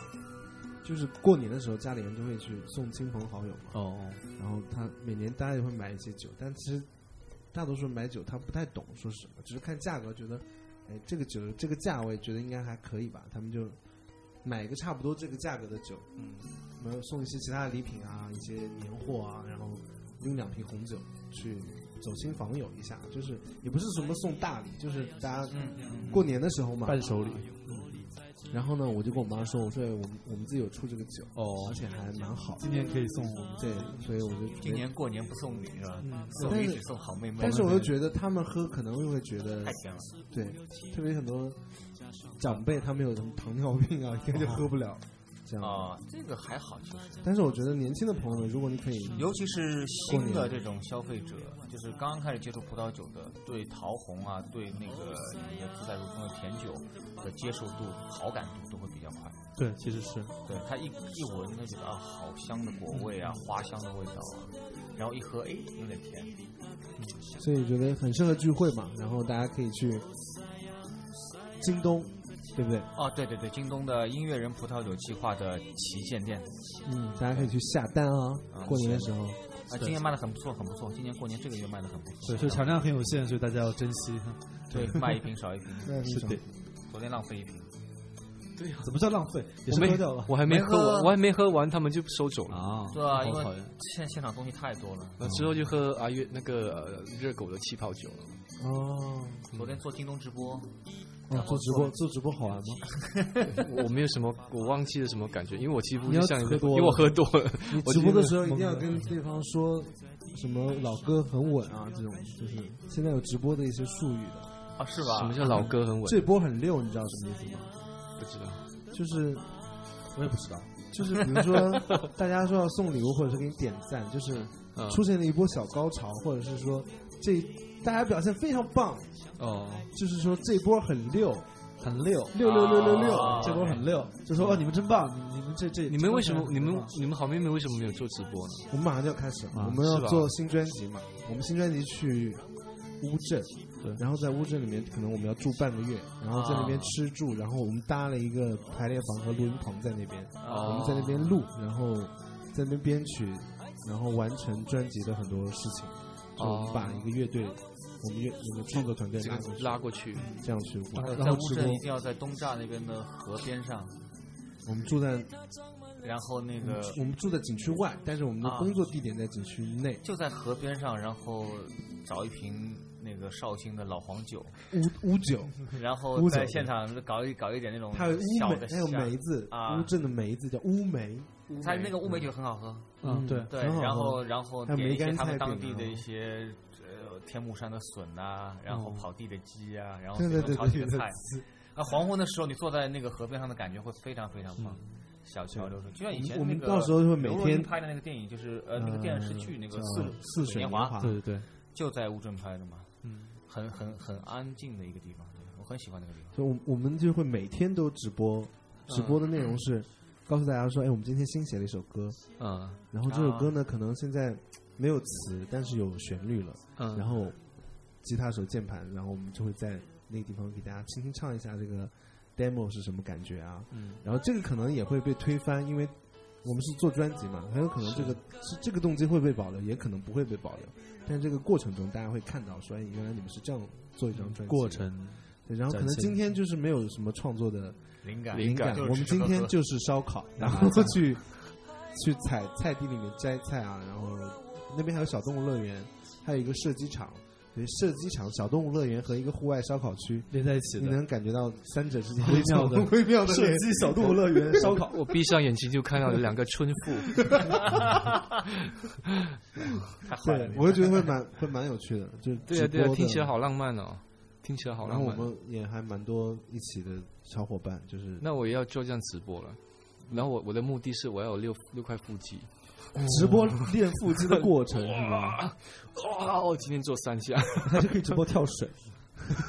S3: 就是过年的时候家里人都会去送亲朋好友嘛，
S5: 哦，
S3: 然后她每年大家也会买一些酒，但其实大多数人买酒她不太懂说什么，只是看价格觉得，哎，这个酒这个价位觉得应该还可以吧，他们就买一个差不多这个价格的酒，嗯，没有送一些其他的礼品啊，一些年货啊，然后拎两瓶红酒去走亲访友一下，就是也不是什么送大礼，就是大
S5: 嗯
S3: 家过年的时候嘛，
S5: 伴手礼
S3: 然后呢，我就跟我妈说，我说哎我们我们自己有出这个酒，
S5: 哦，
S3: 而且还蛮好。
S5: 今年可以送我
S3: 对，所以我就
S6: 今，年过年不送礼是吧？送
S3: 但
S6: 礼
S3: 是
S6: 只送好妹妹。
S3: 但是我又觉得他们喝可能又会觉得
S6: 太，甜了，
S3: 对，特别很多长辈他们有什么糖尿病啊，应该就喝不了这样。
S6: 啊、这个还好，其实。
S3: 但是我觉得年轻的朋友们，如果你可以，
S6: 尤其是新的这种消费者，就是刚刚开始接触葡萄酒的，对呃桃红啊，对那个你们的自在如风的甜酒的接受度、好感度都会比较快。
S5: 对，其实是
S6: 对它一一闻就觉得啊，好香的果味啊，花香的味道啊，然后一喝，哎，有点甜。
S3: 所以觉得很适合聚会嘛，然后大家可以去京东，对不对？
S6: 哦，对对对，京东的音乐人葡萄酒计划的旗舰店
S3: 嗯，大家可以去下单啊
S6: 嗯，
S3: 过年的时候。
S6: 啊，今年卖的很不错，很不错。今年过年这个月卖的很不错。
S5: 对，所以产量很有限，所以大家要珍惜。
S6: 对，卖一瓶少 一瓶，
S3: 对
S5: 是的，
S6: 昨天浪费一瓶。
S5: 怎么叫浪费？也
S4: 我
S5: 是
S4: 没
S5: 喝掉了。
S4: 我还没
S6: 没
S4: 喝
S6: 喝
S4: 完，我还没喝完，他们就收走了。
S5: 啊，
S6: 对啊，因
S5: 好讨
S6: 为
S5: 厌
S6: 现现场东西太多了。
S4: 那之后就喝阿月那个呃热狗的气泡 酒了。
S3: 哦，
S6: 昨天做京东直播，
S3: 哦，做直播做直播好玩吗？
S5: 啊
S4: 我我没有什么，我忘记了什么感觉，因为我几乎
S3: 你
S4: 就
S3: 要
S4: 像一个，
S3: 喝多了
S4: 因为我喝多 了，
S3: 你
S4: 我
S3: 直播的
S4: 觉得
S3: 时候一定要跟对方说什么老哥很稳啊，这种就是现在有直播的一些术语的。
S6: 啊，是吧？
S4: 什么叫老哥很稳？
S3: 这波很溜，你知道什么意思吗？
S4: 不知道。
S3: 就是我也不知道，就是比如说大家说要送礼物或者是给你点赞，就是
S4: 嗯
S3: 出现了一波小高潮，或者是说这大家表现非常棒，
S4: 哦，
S3: 就是说这波很溜。很溜，啊六六六六六，
S5: 啊
S3: 这波很溜，就说哦，你们真棒，你你们这这，
S4: 你们为什么
S3: 这？
S4: 你
S3: 真
S4: 们
S3: 棒
S4: 你们好妹妹为什么没有做直播呢？
S3: 我们马上就要开始了，
S5: 啊
S3: 我们要
S4: 是吧
S3: 做新专辑嘛。我们新专辑去乌镇，对，然后在乌镇里面可能我们要住半个月，然后在那边吃住，然后我们搭了一个排练房和录音棚在那边，
S4: 哦
S3: 哦我们在那边录，然后在那边编曲，然后完成专辑的很多事情。就我们把一个乐队，我们乐我们创作团队
S4: 这
S3: 拉过
S4: 个
S3: 去，
S4: 拉过去，
S3: 这样去玩，然
S6: 啊在
S3: 后
S6: 乌
S3: 直播
S6: 镇一，定要在东栅那边的河边上，
S3: 我们住在嗯
S6: 然后那个
S3: 我们住在景区外，但是我们的
S6: 呃啊
S3: 工作地点在景区内。
S6: 就在河边上，然后找一瓶那个绍兴的老黄酒，
S3: 乌乌酒，
S6: 然后
S3: 乌酒
S6: 在现场搞一搞一点那种
S3: 还有乌
S6: 小
S3: 梅
S6: 的，
S3: 还有
S6: 小
S3: 梅子，
S6: 啊
S3: 乌镇的梅子叫乌梅，
S6: 它那个乌梅酒很好喝，
S5: 嗯，对，
S6: 对，
S3: 很好喝
S6: 然后然后
S3: 还有
S6: 点一
S3: 梅
S6: 些
S3: 干
S6: 他们
S3: 菜
S6: 当
S3: 饼
S6: 地
S3: 啊
S6: 的一些呃天目山的笋啊，然后跑地的鸡啊，然后
S3: 嗯对
S6: 各
S3: 对对
S6: 种炒
S3: 对
S6: 起的
S3: 对对
S6: 菜。啊，黄昏的时候你坐在那个河边上的感觉会非常非常棒。小桥流水，就像以前
S3: 我们
S6: 那个
S3: 到时候就会每
S6: 刘若
S3: 天
S6: 英拍的那个电影，就是呃 那个电视剧那个
S3: 叫
S6: 《
S3: 似水
S6: 水
S3: 年
S6: 华》，
S3: 华
S5: 对对对，
S6: 就在乌镇拍的嘛，嗯，很很很安静的一个地方，对我很喜欢那个地方。
S3: 所以我我们就会每天都直播，直播的内容
S6: 嗯
S3: 是告诉大家说，哎，我们今天新写了一首歌，
S4: 嗯
S3: 然后这
S5: 啊
S3: 首歌呢，可能现在没有词，但是有旋律了，
S4: 嗯，
S3: 然后吉他手键盘，然后我们就会在那个地方给大家轻轻唱一下这个 demo 是什么感觉啊，
S4: 嗯
S3: 然后这个可能也会被推翻，因为我们是做专辑嘛，很有可能这个是这个动机会被保留，也可能不会被保留。但这个过程中，大家会看到说，哎，原来你们是这样做一张专辑。
S5: 过。程
S3: 对，然后可能
S5: 展现
S3: 今天就是没有什么创作的
S6: 灵感，
S3: 灵感，
S6: 就是
S3: 我们
S6: 吃
S3: 今
S6: 喝
S3: 天
S6: 喝
S3: 就是烧烤，然后去去采菜地里面摘菜啊，然后那边还有小动物乐园，还有一个射击场。对，射击场、小动物乐园和一个户外烧烤区，
S5: 连在一起
S3: 你
S5: 的，
S3: 能感觉到三者之间
S5: 微妙的
S3: 一种微妙的
S5: 射
S3: 联
S5: 击小动物 乐园烧烤，
S4: 我闭上眼睛就看到有两个村妇，
S6: 太坏了
S3: 对，，我就觉得会蛮会蛮有趣的，就是
S4: 对啊对
S3: 直
S4: 啊
S3: 播，的
S4: 听起来。好浪漫哦，听起来好
S3: 然后
S4: 浪
S3: 我
S4: 漫。
S3: 们也还蛮多一起的小伙伴，就是
S4: 那我也要做这样直播了。然后我我的目的是我要有六六块腹肌，
S3: 直播练腹肌的过 程，是吧？
S4: 哇！我今天做三下，
S5: 他就可以直播跳水。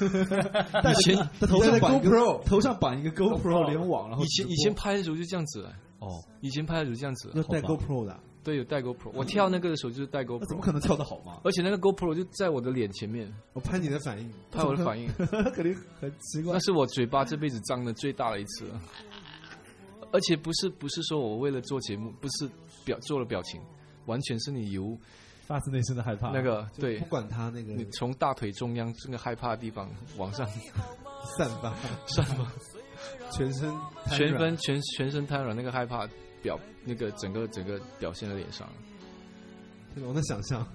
S4: 以前
S5: 他头上绑一个哦
S3: GoPro
S5: 头上绑一个 GoPro 联网，然后
S4: 以前以前拍的时候就这样子，哦，以前拍的时候就这样子
S3: 要，带 GoPro 的，
S4: 对，有带 GoPro，我跳那个的时候就是带
S5: 那
S4: GoPro，
S5: 怎么可能跳得好 嘛？
S4: 而且那个 GoPro 就在我的脸前面
S3: 我拍你的反应，
S4: 拍我的反应，
S3: 应，肯定很奇怪
S4: 那。是我嘴巴这辈子张的最大的一次了，而且不是不是说我为了做节目，不是表做了表情，完全是你由
S5: 发自内心的害怕。
S4: 那个啊对
S3: 不管他那个
S4: 你从大腿中央这个害怕的地方往 上
S3: 散发，
S4: 散发，
S3: 全身瘫
S4: 全
S3: 软
S4: 身全全身瘫软，那个害怕表那个整个整个表现在脸上。
S3: 天哪我能想象。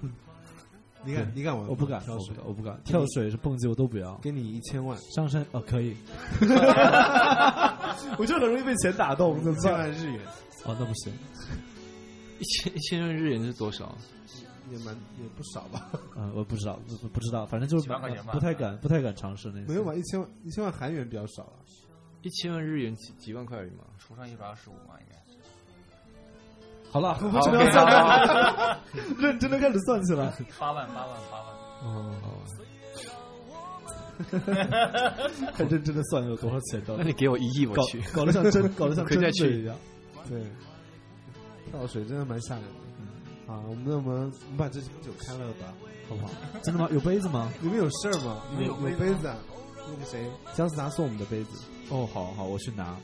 S3: 你敢
S5: 对
S3: 你敢玩吗？
S5: 我不敢，
S3: 跳
S5: 我不
S3: 水
S5: 敢，我不敢跳水是蹦极我都不要。
S3: 给你一千万，
S5: 上身哦可以，我就很容易被钱打动，怎么
S3: 一千
S5: 办？
S3: 万日元
S5: 哦那不行，
S4: 一千一千日元是多少？
S3: 也蛮也不少吧？
S5: 嗯我不知道不不知道，反正就是
S6: 几万块钱吧
S5: 不太敢不太敢尝试那些。
S3: 没有吧？一千万一千万韩元比较少啊。
S4: 一千万日元几几万块而已 嘛。
S6: 除上一百二十五嘛，应该是
S5: 好了，我们
S4: 好
S5: 这边要
S4: 啊
S5: 算，认真的开始算起来。哦
S6: 八万八万八万。
S4: 哦，
S5: 很认真的算了有多少钱 到
S4: 那你给我一亿，我
S5: 搞
S4: 去。
S5: 搞得像真，搞得像
S4: 可以
S5: 真
S4: 再
S5: 的
S4: 去
S5: 一样。
S3: 对，跳水真的蛮吓人
S5: 嗯
S3: 的。啊，我们那么我们把这瓶酒开了吧，好不好？
S5: 真的吗？有杯子吗？
S3: 你们有事儿吗？
S6: 你们有
S3: 有
S6: 杯子吗
S3: 杯子啊？那个谁，姜思达送我们的杯子
S5: 哦，好好，我去拿。
S3: 啊、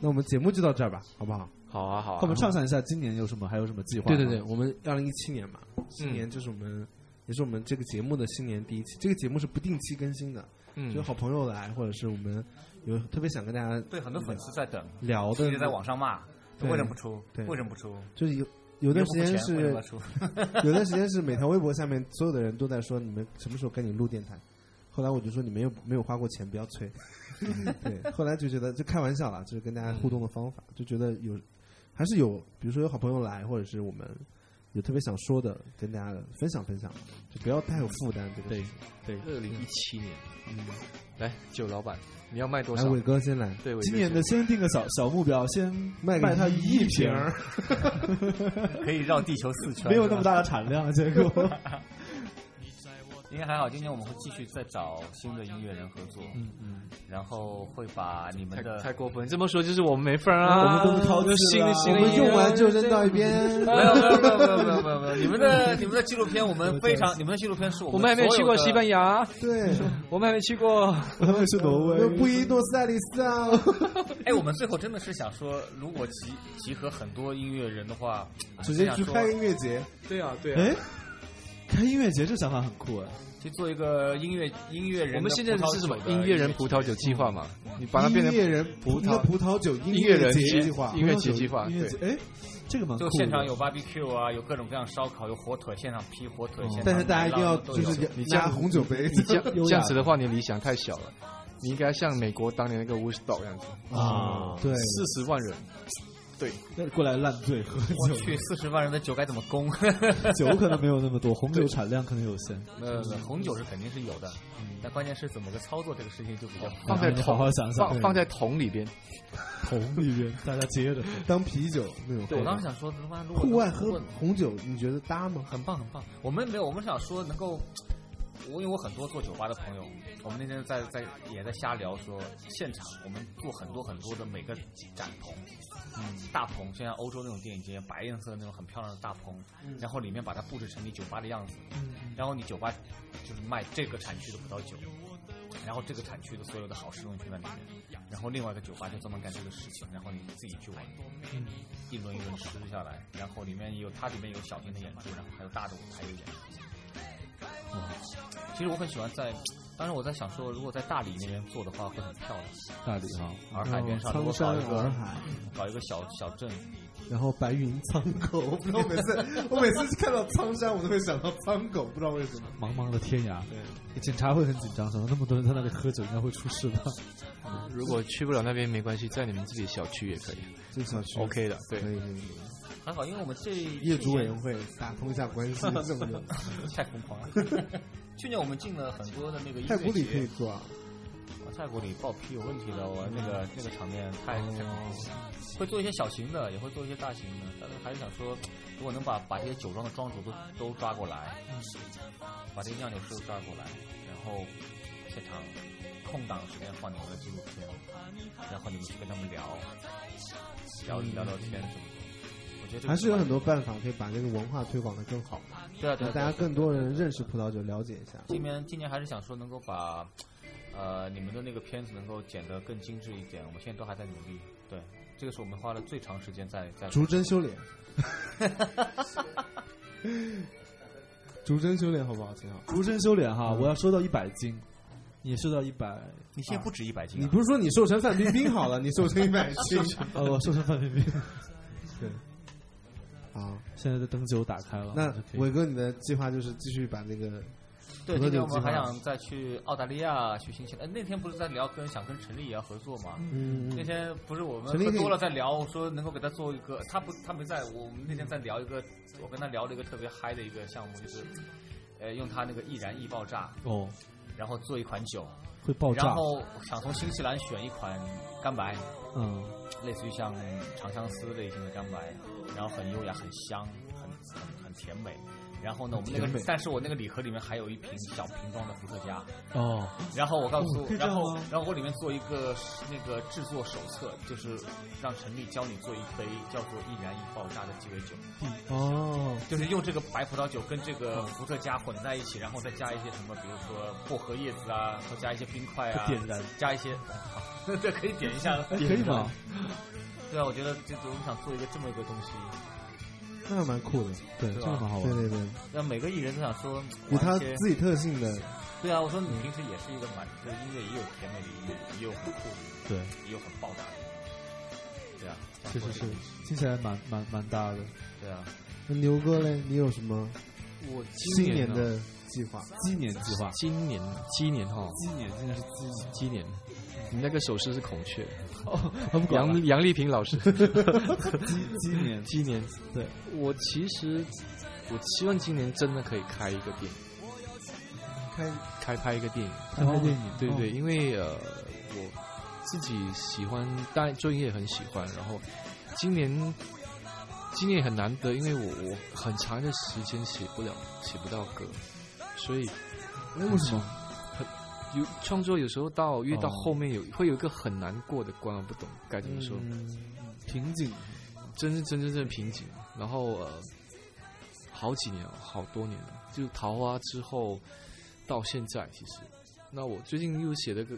S3: 那我们节目就到这儿吧，好不好？
S4: 好啊，好
S5: 跟我们
S4: 啊。
S5: 畅想一下，今年有什么，还有什么计划？
S3: 对对对，，我们二零一七年嘛，
S6: 嗯
S3: 新年就是我们、也是我们这个节目的新年第一期。这个节目是不定期更新的，就
S4: 嗯
S3: 是，好朋友来，或者是我们有特别想跟大家
S6: 对，很多粉丝在等，
S3: 聊
S6: 一
S3: 的
S6: 直，在网上骂，
S3: 对
S6: 为什么不出？
S3: 对
S6: 为什么不出？
S3: 就是有有
S6: 又
S3: 段
S6: 不
S3: 时间
S6: 付钱为什
S3: 是
S6: 么出？
S3: 有段时间是每条微博下面所有的人都在说你们什么时候赶紧录电台，后来我就说你们又没有花过钱，不要催。对，后来就觉得就开玩笑啦，就是跟大家互动的方法，就觉得有还是有，比如说有好朋友来，或者是我们有特别想说的，跟大家分享分享，就不要太有负担这个事情。
S4: 二零一七年，来，酒老板，你要卖多
S3: 来，
S4: 少？
S3: 哎伟哥先来，
S4: 对，伟
S5: 今
S4: 哥
S5: 年的先定个小小目标，先
S3: 卖个
S5: 卖它
S3: 一
S5: 一
S3: 亿
S5: 瓶
S3: 瓶儿
S5: 儿，
S6: 可以绕地球四圈，
S5: 没有
S6: 是
S5: 那
S6: 吧
S5: 么大的产量，结 果
S6: 应该还好，今年我们会继续再找新的音乐人合作，嗯嗯，然后会把你们
S4: 太
S6: 的
S4: 太过分，这么说就是我们没份儿啊，
S5: 我们都是
S4: 掏
S5: 掏
S4: 出
S5: 自
S4: 新
S5: 了
S4: 的新
S3: 我
S4: 的
S3: 们
S4: 一啊
S3: 用
S4: 页
S3: 完就扔到一边。
S6: 没有没有没有没有没有没有没有，你们的你们的纪录片我们非常，你们的纪录片是我
S4: 我
S6: 们
S4: 们还没去过西班
S6: 牙，
S4: 牙，
S3: 对，
S4: 我们还没去过。
S5: 他们是挪
S3: 我
S5: 威，
S3: 们布宜诺斯艾利斯啊，
S6: 哎，我们最后真的是想说，如果集集合很多音乐人的
S4: 啊
S6: 话，
S3: 直接去开
S6: 看
S3: 个，音乐节。
S4: 对啊，对啊。
S5: 哎，开音乐节这想法很酷哎，
S6: 去做一个音乐音乐人。
S4: 我们现在是什么音乐人葡萄酒计划嘛？你把它变成
S3: 音乐人
S4: 葡
S3: 应该
S4: 萄
S3: 葡萄酒音
S4: 音乐
S3: 人
S4: 人
S3: 节
S4: 节
S3: 计划
S4: 音，乐节计划
S5: 音乐节，哎，这个蛮酷
S6: 就
S5: 的。
S6: 现场有 barbecue 啊，有各种各样烧烤，有火腿，现场劈火腿。
S4: 嗯
S6: 现场
S3: 但是大家一定要
S6: 麦当劳
S3: 就
S6: 都有
S3: 是
S4: 你这
S3: 拿
S4: 样
S3: 红酒杯
S4: 你 这样
S5: 优雅
S4: 这样子的话，你理想太小了。你应该像美国当年那个 Woodstock 这样子，
S5: 啊，
S3: 对，
S4: 四十万人，
S5: 但是过来烂醉喝
S6: 我
S5: 酒，
S6: 去四十万人的酒该怎么供？
S5: 酒可能没有那么多，红酒产量可能有限。
S6: 呃，
S3: 嗯
S6: 红酒是肯定是有的，但关键是怎么个操作这个事情就比较复
S4: 放
S6: 杂。
S4: 在
S5: 你好
S4: 桶
S5: 好想想
S4: 放放在桶里边，
S5: 桶里边， 大家接着喝。
S3: 当啤酒那种喝。
S6: 我当时想说，他妈如果
S3: 户外
S6: 如
S3: 喝
S6: 果
S3: 红酒，你觉得搭吗？
S6: 很棒很棒。我们没有，我们想说能够，我因为我很多做酒吧的朋友，我们那天在在也在瞎聊说，现场我们做很多很多的每个展棚，嗯，大棚，就像欧洲那种电影街，白颜色的那种很漂亮的大棚，然后里面把它布置成你酒吧的样子，
S3: 嗯
S6: 然后你酒吧就是卖这个产区的葡萄酒。然后这个产区的所有的好吃东西就在里面，然后另外一个酒吧就专门干这个事情，然后你自己去玩，
S3: 嗯
S6: 一轮一轮吃下来，然后里面也有它里面有小型的演出，然后还有大的舞台有演出。其实我很喜欢在，当时我在想说，如果在大理那边做的话会很漂亮，
S5: 大理啊哈，
S6: 洱海边上如
S3: 嗯苍
S6: 果搞
S3: 山
S6: 一
S3: 洱
S6: 个
S3: 海，
S6: 搞一个小小镇，
S3: 然后白云苍狗。我不知道，我每次我每次看到苍山，我都会想到苍狗，不知道为什么。
S5: 茫茫的天涯，警察会很紧张，想到那么多人在那里喝酒，应该会出事吧？
S4: 如果去不了那边没关系，在你们自己小区也可以
S3: 这个小区
S4: ，OK 的。
S3: 可
S4: 对，
S3: 以可以。
S6: 还好，因为我们这
S3: 业主委员会打通一下关系什么的，
S6: 太疯狂 了。去年我们进了很多的那个音
S3: 太
S6: 乐
S3: 古里可以
S6: 节，
S3: 做啊。
S6: 啊泰国里爆批有问题的，我那
S3: 嗯
S6: 个那个场面太太恐怖
S3: 哦
S6: 了。会做一些小型的，也会做一些大型的，但是还是想说，如果能把把这些酒庄的庄主都都抓过来，
S3: 嗯
S6: 把这些酿酒师都抓过来，然后现场空档的时间放你们的纪录片，然后你们去跟他们聊聊聊聊天什么的。我觉得这个
S3: 还是有很多办法可以把这个文化推广的更好，
S6: 对啊
S3: 让
S6: 对啊，
S3: 大
S6: 对
S3: 家
S6: 啊
S3: 更多人认识葡萄酒，了解一下。
S6: 今年今年还是想说能够把呃你们的那个片子能够剪得更精致一点，我们现在都还在努力。对，这个是我们花了最长时间在在
S3: 逐帧修脸，逐帧修脸好不好？挺好。
S5: 独身修脸哈，我要收到一百斤，嗯你瘦到一百，
S6: 你现在不止一百斤、啊
S3: 你不是说你瘦成范冰冰好了，你瘦成一百斤
S5: 呃，我瘦成范冰冰。
S3: 啊？
S5: 现在的灯酒打开了，
S3: 那
S5: 就可以
S3: 伟哥，你的计划就是继续把那个
S6: 对，
S3: 葡萄
S6: 今天
S3: 酒
S6: 我们
S3: 计
S6: 还
S3: 划
S6: 想再去澳大利亚去新西兰。哎那天不是在聊跟想跟陈丽也要合作吗？
S3: 嗯
S6: 那天不是我们
S3: 陈立
S6: 喝
S3: 可以
S6: 多了在聊，我说能够给他做一个，他不他没在，我们那天在聊一个，我跟他聊了一个特别嗨的一个项目，就是呃用他那个易燃易爆炸，
S5: 哦
S6: 然后做一款酒，
S5: 会爆炸
S6: 然，后想从新西兰选一款干白，
S5: 嗯，
S6: 类似于像长相思类型的干白，然后很优雅、很香、很很很甜美，然后呢，我们那
S5: 挺
S6: 个
S5: 美，
S6: 但是我那个礼盒里面还有一瓶小瓶装的伏特加。
S5: 哦，
S6: 然后我告
S5: 哦
S6: 诉，
S5: 可以这
S6: 然
S5: 样
S6: 后
S5: 吗
S6: 然后我里面做一个那个制作手册，就是让陈丽教你做一杯叫做“易燃易爆炸”的鸡尾酒，
S5: 哦，
S6: 就是用这个白葡萄酒跟这
S5: 嗯
S6: 个伏特加混在一起，然后再加一些什么，比如说薄荷叶子啊，或加一些冰块啊，
S5: 点燃
S6: 加一 些， 对，可以点一下了。
S5: 哎可以吗？
S6: 对啊，我觉得这我们想做一个这么一个东西，
S3: 那还蛮酷的。
S5: 对，
S6: 对
S5: 这
S6: 吧
S5: 个蛮好
S3: 对
S5: 玩。
S3: 对对，
S6: 那每个艺人都想说
S3: 有
S6: 玩
S3: 他
S6: 一些
S3: 自己特性的，
S6: 对啊，我说你平时也是一个蛮，就是音乐也有甜美的音乐，也有很酷的音乐，
S5: 对，
S6: 也有很爆炸的音乐，对啊，
S5: 是是是，听起来蛮蛮蛮搭的。
S6: 对啊，
S3: 那牛哥嘞，你有什么
S4: 我
S3: 新年
S4: 啊
S3: 的计划？
S5: 鸡年计划，
S4: 今年鸡年哈，
S5: 鸡年现在是鸡年，
S4: 鸡年，你那个手势是孔雀，哦
S5: 我不管了
S4: 杨杨丽萍老师。
S5: 鸡鸡年，
S4: 今年
S5: 对
S4: 我其实我希望今年真的可以开一个店，
S3: 开
S4: 开拍一个电影。
S5: 看看电影，
S4: 对
S5: 哦
S4: 对，，因为呃，我自己喜欢，当然周英也很喜欢。然后今年今年也很难得，因为我我很长的时间写不了写不到歌，所以
S5: 哎，为什么？
S4: 有创作有时候到越到
S5: 哦
S4: 后面有、会有一个很难过的关，我不懂该怎么说。
S5: 嗯瓶颈，
S4: 真是真真正瓶颈。然后呃，好几年了，好多年了，就桃花之后到现在，其实，那我最近又写了个，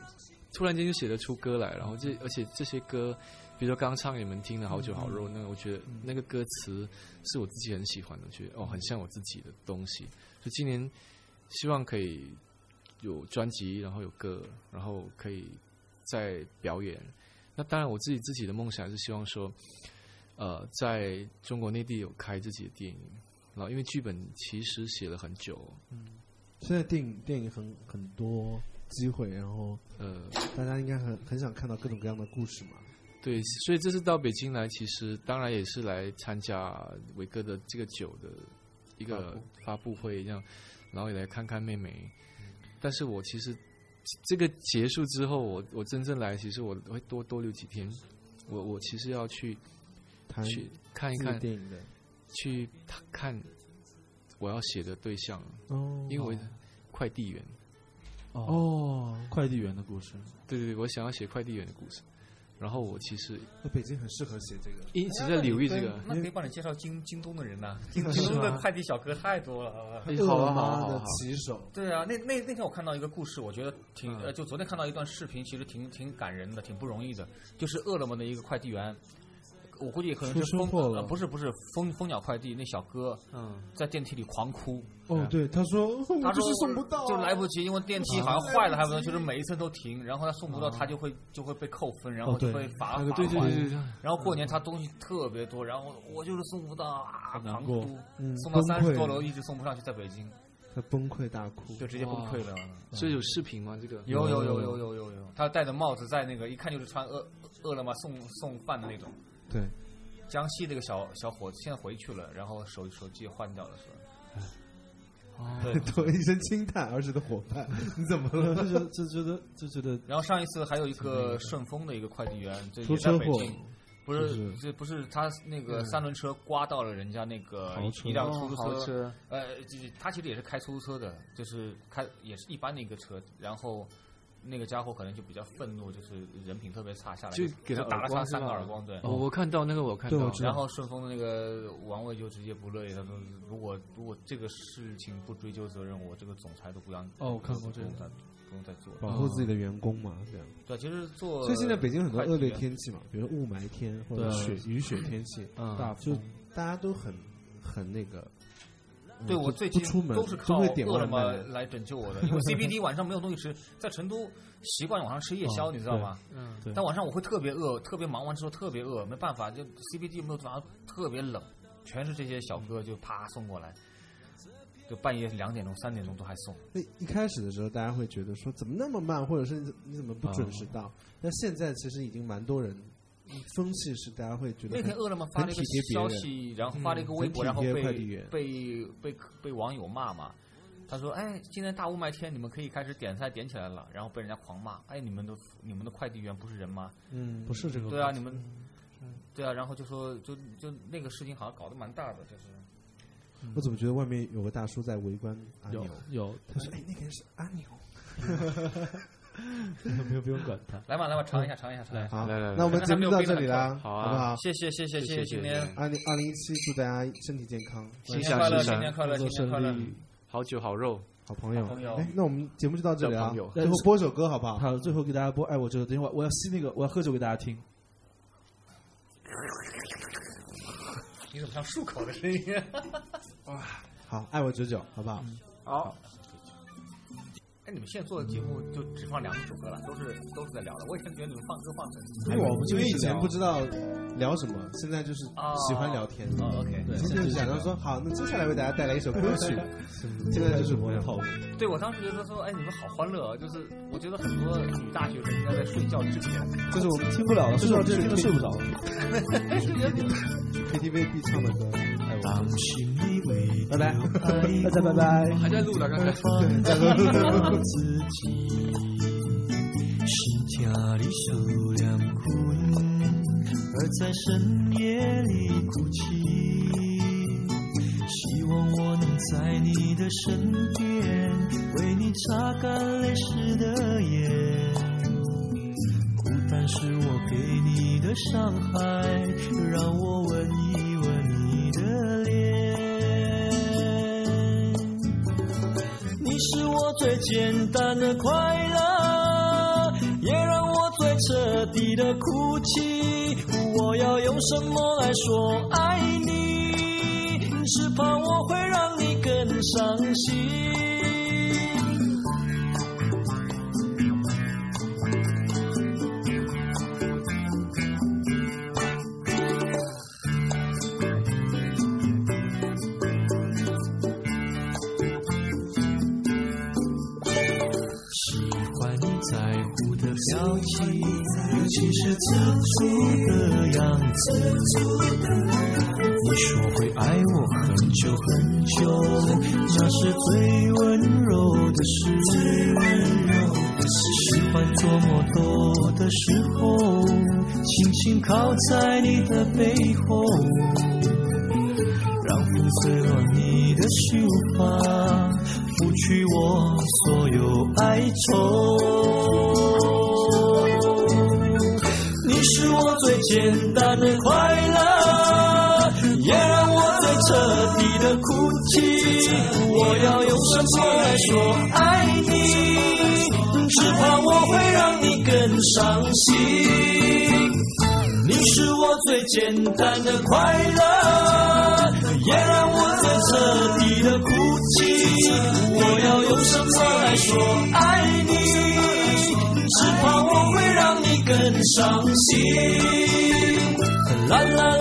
S4: 突然间又写得出歌来，然后这而且这些歌，比如说刚唱给你们听的《好酒好肉》，那个我觉得那个歌词是我自己很喜欢的，觉得哦很像我自己的东西，所以今年希望可以有专辑，然后有歌，然后可以再表演。那当然，我自己自己的梦想还是希望说，呃，在中国内地有开自己的电影，然后因为剧本其实写了很久，
S3: 现在电影电影很很多机会，然后
S4: 呃，
S3: 大家应该很很想看到各种各样的故事嘛。
S4: 对，所以这次到北京来，其实当然也是来参加伟哥的这个酒的一个发布会，这样，然后也来看看妹妹。但是我其实这个结束之后，我我真正来，其实我会多多留几天。我我其实要去
S3: 谈
S4: 去看一
S3: 自己
S4: 看，
S3: 电影的
S4: 去看我要写的对象，
S3: 哦
S4: 因为我快递员。
S5: 哦，快递员的故事，
S4: 对对对，我想要写快递员的故事。然后我其实
S3: 那北京很适合写这个。
S4: 一直在留意这个，
S6: 那可以帮你介绍京京东的人 呐、京京东的快递小哥太多了。好吧
S4: 哎好啊好啊好
S3: 恶妈
S4: 啊好
S3: 的
S4: 啊，
S3: 骑手，
S6: 对啊，那那那天我看到一个故事，我觉得挺、
S4: 嗯
S6: 呃，就昨天看到一段视频，其实挺挺感人的，挺不容易的。就是饿了么的一个快递员，我估计可能
S5: 出
S6: 是
S5: 车
S6: 蜂
S5: 祸
S6: 呃
S5: 了
S6: 不是不是蜂蜂鸟快递那小哥
S4: 嗯，
S6: 在电梯里狂哭，
S5: 哦对，他说
S6: 他
S3: 我就
S6: 说
S3: 是送不到啊，
S6: 就来不及，因为电梯好像坏了，还不能，就是每一次都停，然后他送不到，他就会就会被扣分，然后
S5: 哦
S6: 就
S5: 对
S6: 会罚罚
S5: 那个
S4: 对对
S6: 款
S4: 对对对，
S6: 然后过年他东西特别多，然后我就是送不到啊，
S5: 好难
S6: 狂
S5: 过
S6: 哭，
S3: 嗯
S6: 送到
S3: 崩
S6: 三十
S3: 溃
S6: 多
S3: 了
S6: 楼一直送不上去，在北京
S3: 他崩溃大哭。
S6: 就直接崩溃了。
S4: 所以有视频吗？这个
S6: 有有有有有有有，嗯他戴着帽子在那个一看就是穿饿饿了么送送饭的那种。
S3: 对，
S6: 江西这个小小伙子现在回去了，然后手手机也换掉了，是吧？
S4: 哦
S6: 对，
S3: 对，一声轻叹，儿时的伙伴，你怎么
S5: 对，
S3: 了？
S5: 他觉得 就觉得就觉得
S6: 然后上一次还有一个顺丰的一个快递员，这
S3: 出
S6: 也在
S3: 车
S6: 北
S3: 祸，
S6: 京，不是嗯这不是他那个三轮车刮到了人家那个
S5: 豪车
S6: 一辆出租
S4: 豪车，
S6: 呃，就是他其实也是开出租车的，就是开也是一般的一个车，然后那个家伙可能就比较愤怒，就是人品特别差，下来
S4: 就给他
S6: 打了
S4: 耳光
S6: 他
S4: 是
S6: 三个
S4: 吧
S6: 耳光，对。
S4: 哦我我看到那个我看到，
S5: 对我知道
S6: 然后顺丰的那个王卫就直接不乐意，他说：“如果如果这个事情不追究责任，我这个总裁都不想
S5: 哦我看过这个哦
S6: 不用再不用再做。”了。
S3: 保护自己的员工嘛，这样。
S6: 对，其实做
S3: 所以现在北京很多恶劣
S6: 快递员
S3: 天气嘛，比如雾霾天或者
S5: 对啊
S3: 雪雨雪天气，
S4: 嗯
S3: 大就大家都很很那个。嗯
S6: 对
S3: 不
S6: 我最
S3: 不
S6: 近
S3: 出门
S6: 都是
S3: 都
S6: 靠
S3: 会点
S6: 饿
S3: 外
S6: 了么
S3: 卖的，
S6: 来拯救我的，因为 CBD 晚上没有东西吃，在成都习惯晚上吃夜宵，
S5: 哦
S6: 你知道吗？
S4: 嗯，
S5: 对
S6: 但晚上我会特别饿，特别忙完之后特别饿，没办法，就 CBD 没有晚上特别冷，全是这些小哥就啪送过来，就半夜两点钟、三点钟都还送。
S3: 那一开始的时候，大家会觉得说怎么那么慢，或者是你怎么不准时到？但现在其实已经蛮多人，风气是大家会 觉得
S6: 那
S3: 很
S6: 天饿了么发了一个
S3: 很体贴别
S6: 消
S3: 人
S6: 息，然后发了一个微博，
S3: 嗯
S6: 然后
S3: 很体贴
S6: 被
S3: 快递员
S6: 被被被网友骂嘛。他说：“哎，今天大雾霾天，你们可以开始点菜点起来了。”然后被人家狂骂：“哎，你们的你们的快递员不是人吗？
S3: 嗯
S5: 不是这个，
S6: 对啊，，你们，对啊，然后就说就就那个事情好像搞得蛮大的，就是
S3: 我怎么觉得外面有个大叔在围观阿牛
S5: 有？有，他是
S3: 哎，那个人是阿牛。
S5: 没有不用管他。
S6: 来吧，来吧，尝一下，尝一下，尝一下。
S3: 好，
S4: 来来来
S3: 那我们节目到这里啦，
S4: 好啊
S3: 好不好？
S6: 谢谢，谢谢，谢
S4: 谢嗯
S6: 今
S4: 谢
S6: 天
S4: 谢
S3: 二零二零一七，祝大家身体健康，
S6: 新
S4: 心
S6: 年
S4: 想
S6: 快乐，
S4: 事
S6: 新年
S4: 成，
S6: 快乐，新年
S5: 工作
S6: 快乐
S5: 顺。利。
S4: 好酒好肉，
S3: 好朋友。
S6: 好朋友
S3: 哎，那我们节目就到这里
S4: 交
S3: 啊
S4: 朋友，
S3: 最后播一首歌好不好？
S5: 好，最后给大家播《哎爱我这个》，等一会儿我要吸那个，我要喝酒给大家听。
S6: 你怎么像漱口的声音？
S3: 好，爱我九九，好不好？
S6: 好。 哎，你们现在做的节目就只放两首歌了，都是都是在聊了。我以前觉得你们放歌放的
S3: 因为我们因为以前不
S5: 知
S3: 知道聊什么，现在就是喜欢聊天。
S6: 哦，OK，
S5: 对
S3: 以前就是想到说，好，那接下来为大家带来一首歌曲。现在就是
S5: 我
S3: 不
S5: 也
S3: 要
S5: 好，
S6: 对我当时觉得说，哎，你们好欢乐啊！就是我觉得很多女大学生应该在睡觉之前，
S3: 就是我们
S5: 听不了了，
S3: 这
S5: 睡
S3: 是我
S5: 觉
S3: 们
S5: 真听得
S3: 去
S5: 睡不着了。
S3: KTV 必唱的歌。
S5: 拜拜，大家拜拜。
S4: 还在录了刚才。
S1: 而在深夜里哭泣。希望我能在你的身边，为你擦干泪湿的眼。孤单是我给你的伤害，让我吻一吻你的脸。你是我最简单的快乐，也让我最彻底的哭泣。我要用什么来说爱你？只怕我会让你更伤 心。喜欢你在乎的表情，尤其是自足的样子。你说会爱我很久很久，那是最温柔的事。喜欢做梦多的时候，轻轻靠在你的背后。让风吹落你的秀发，拂去我所有哀愁。你是我最简单的快乐，也让我最彻底的哭泣。我要用什么来说爱你？只怕我会让你更伤心。你是我最简单的快乐，也让我最彻底的哭泣。我要用什么来说爱你？只怕我会让你更伤心。啦啦啦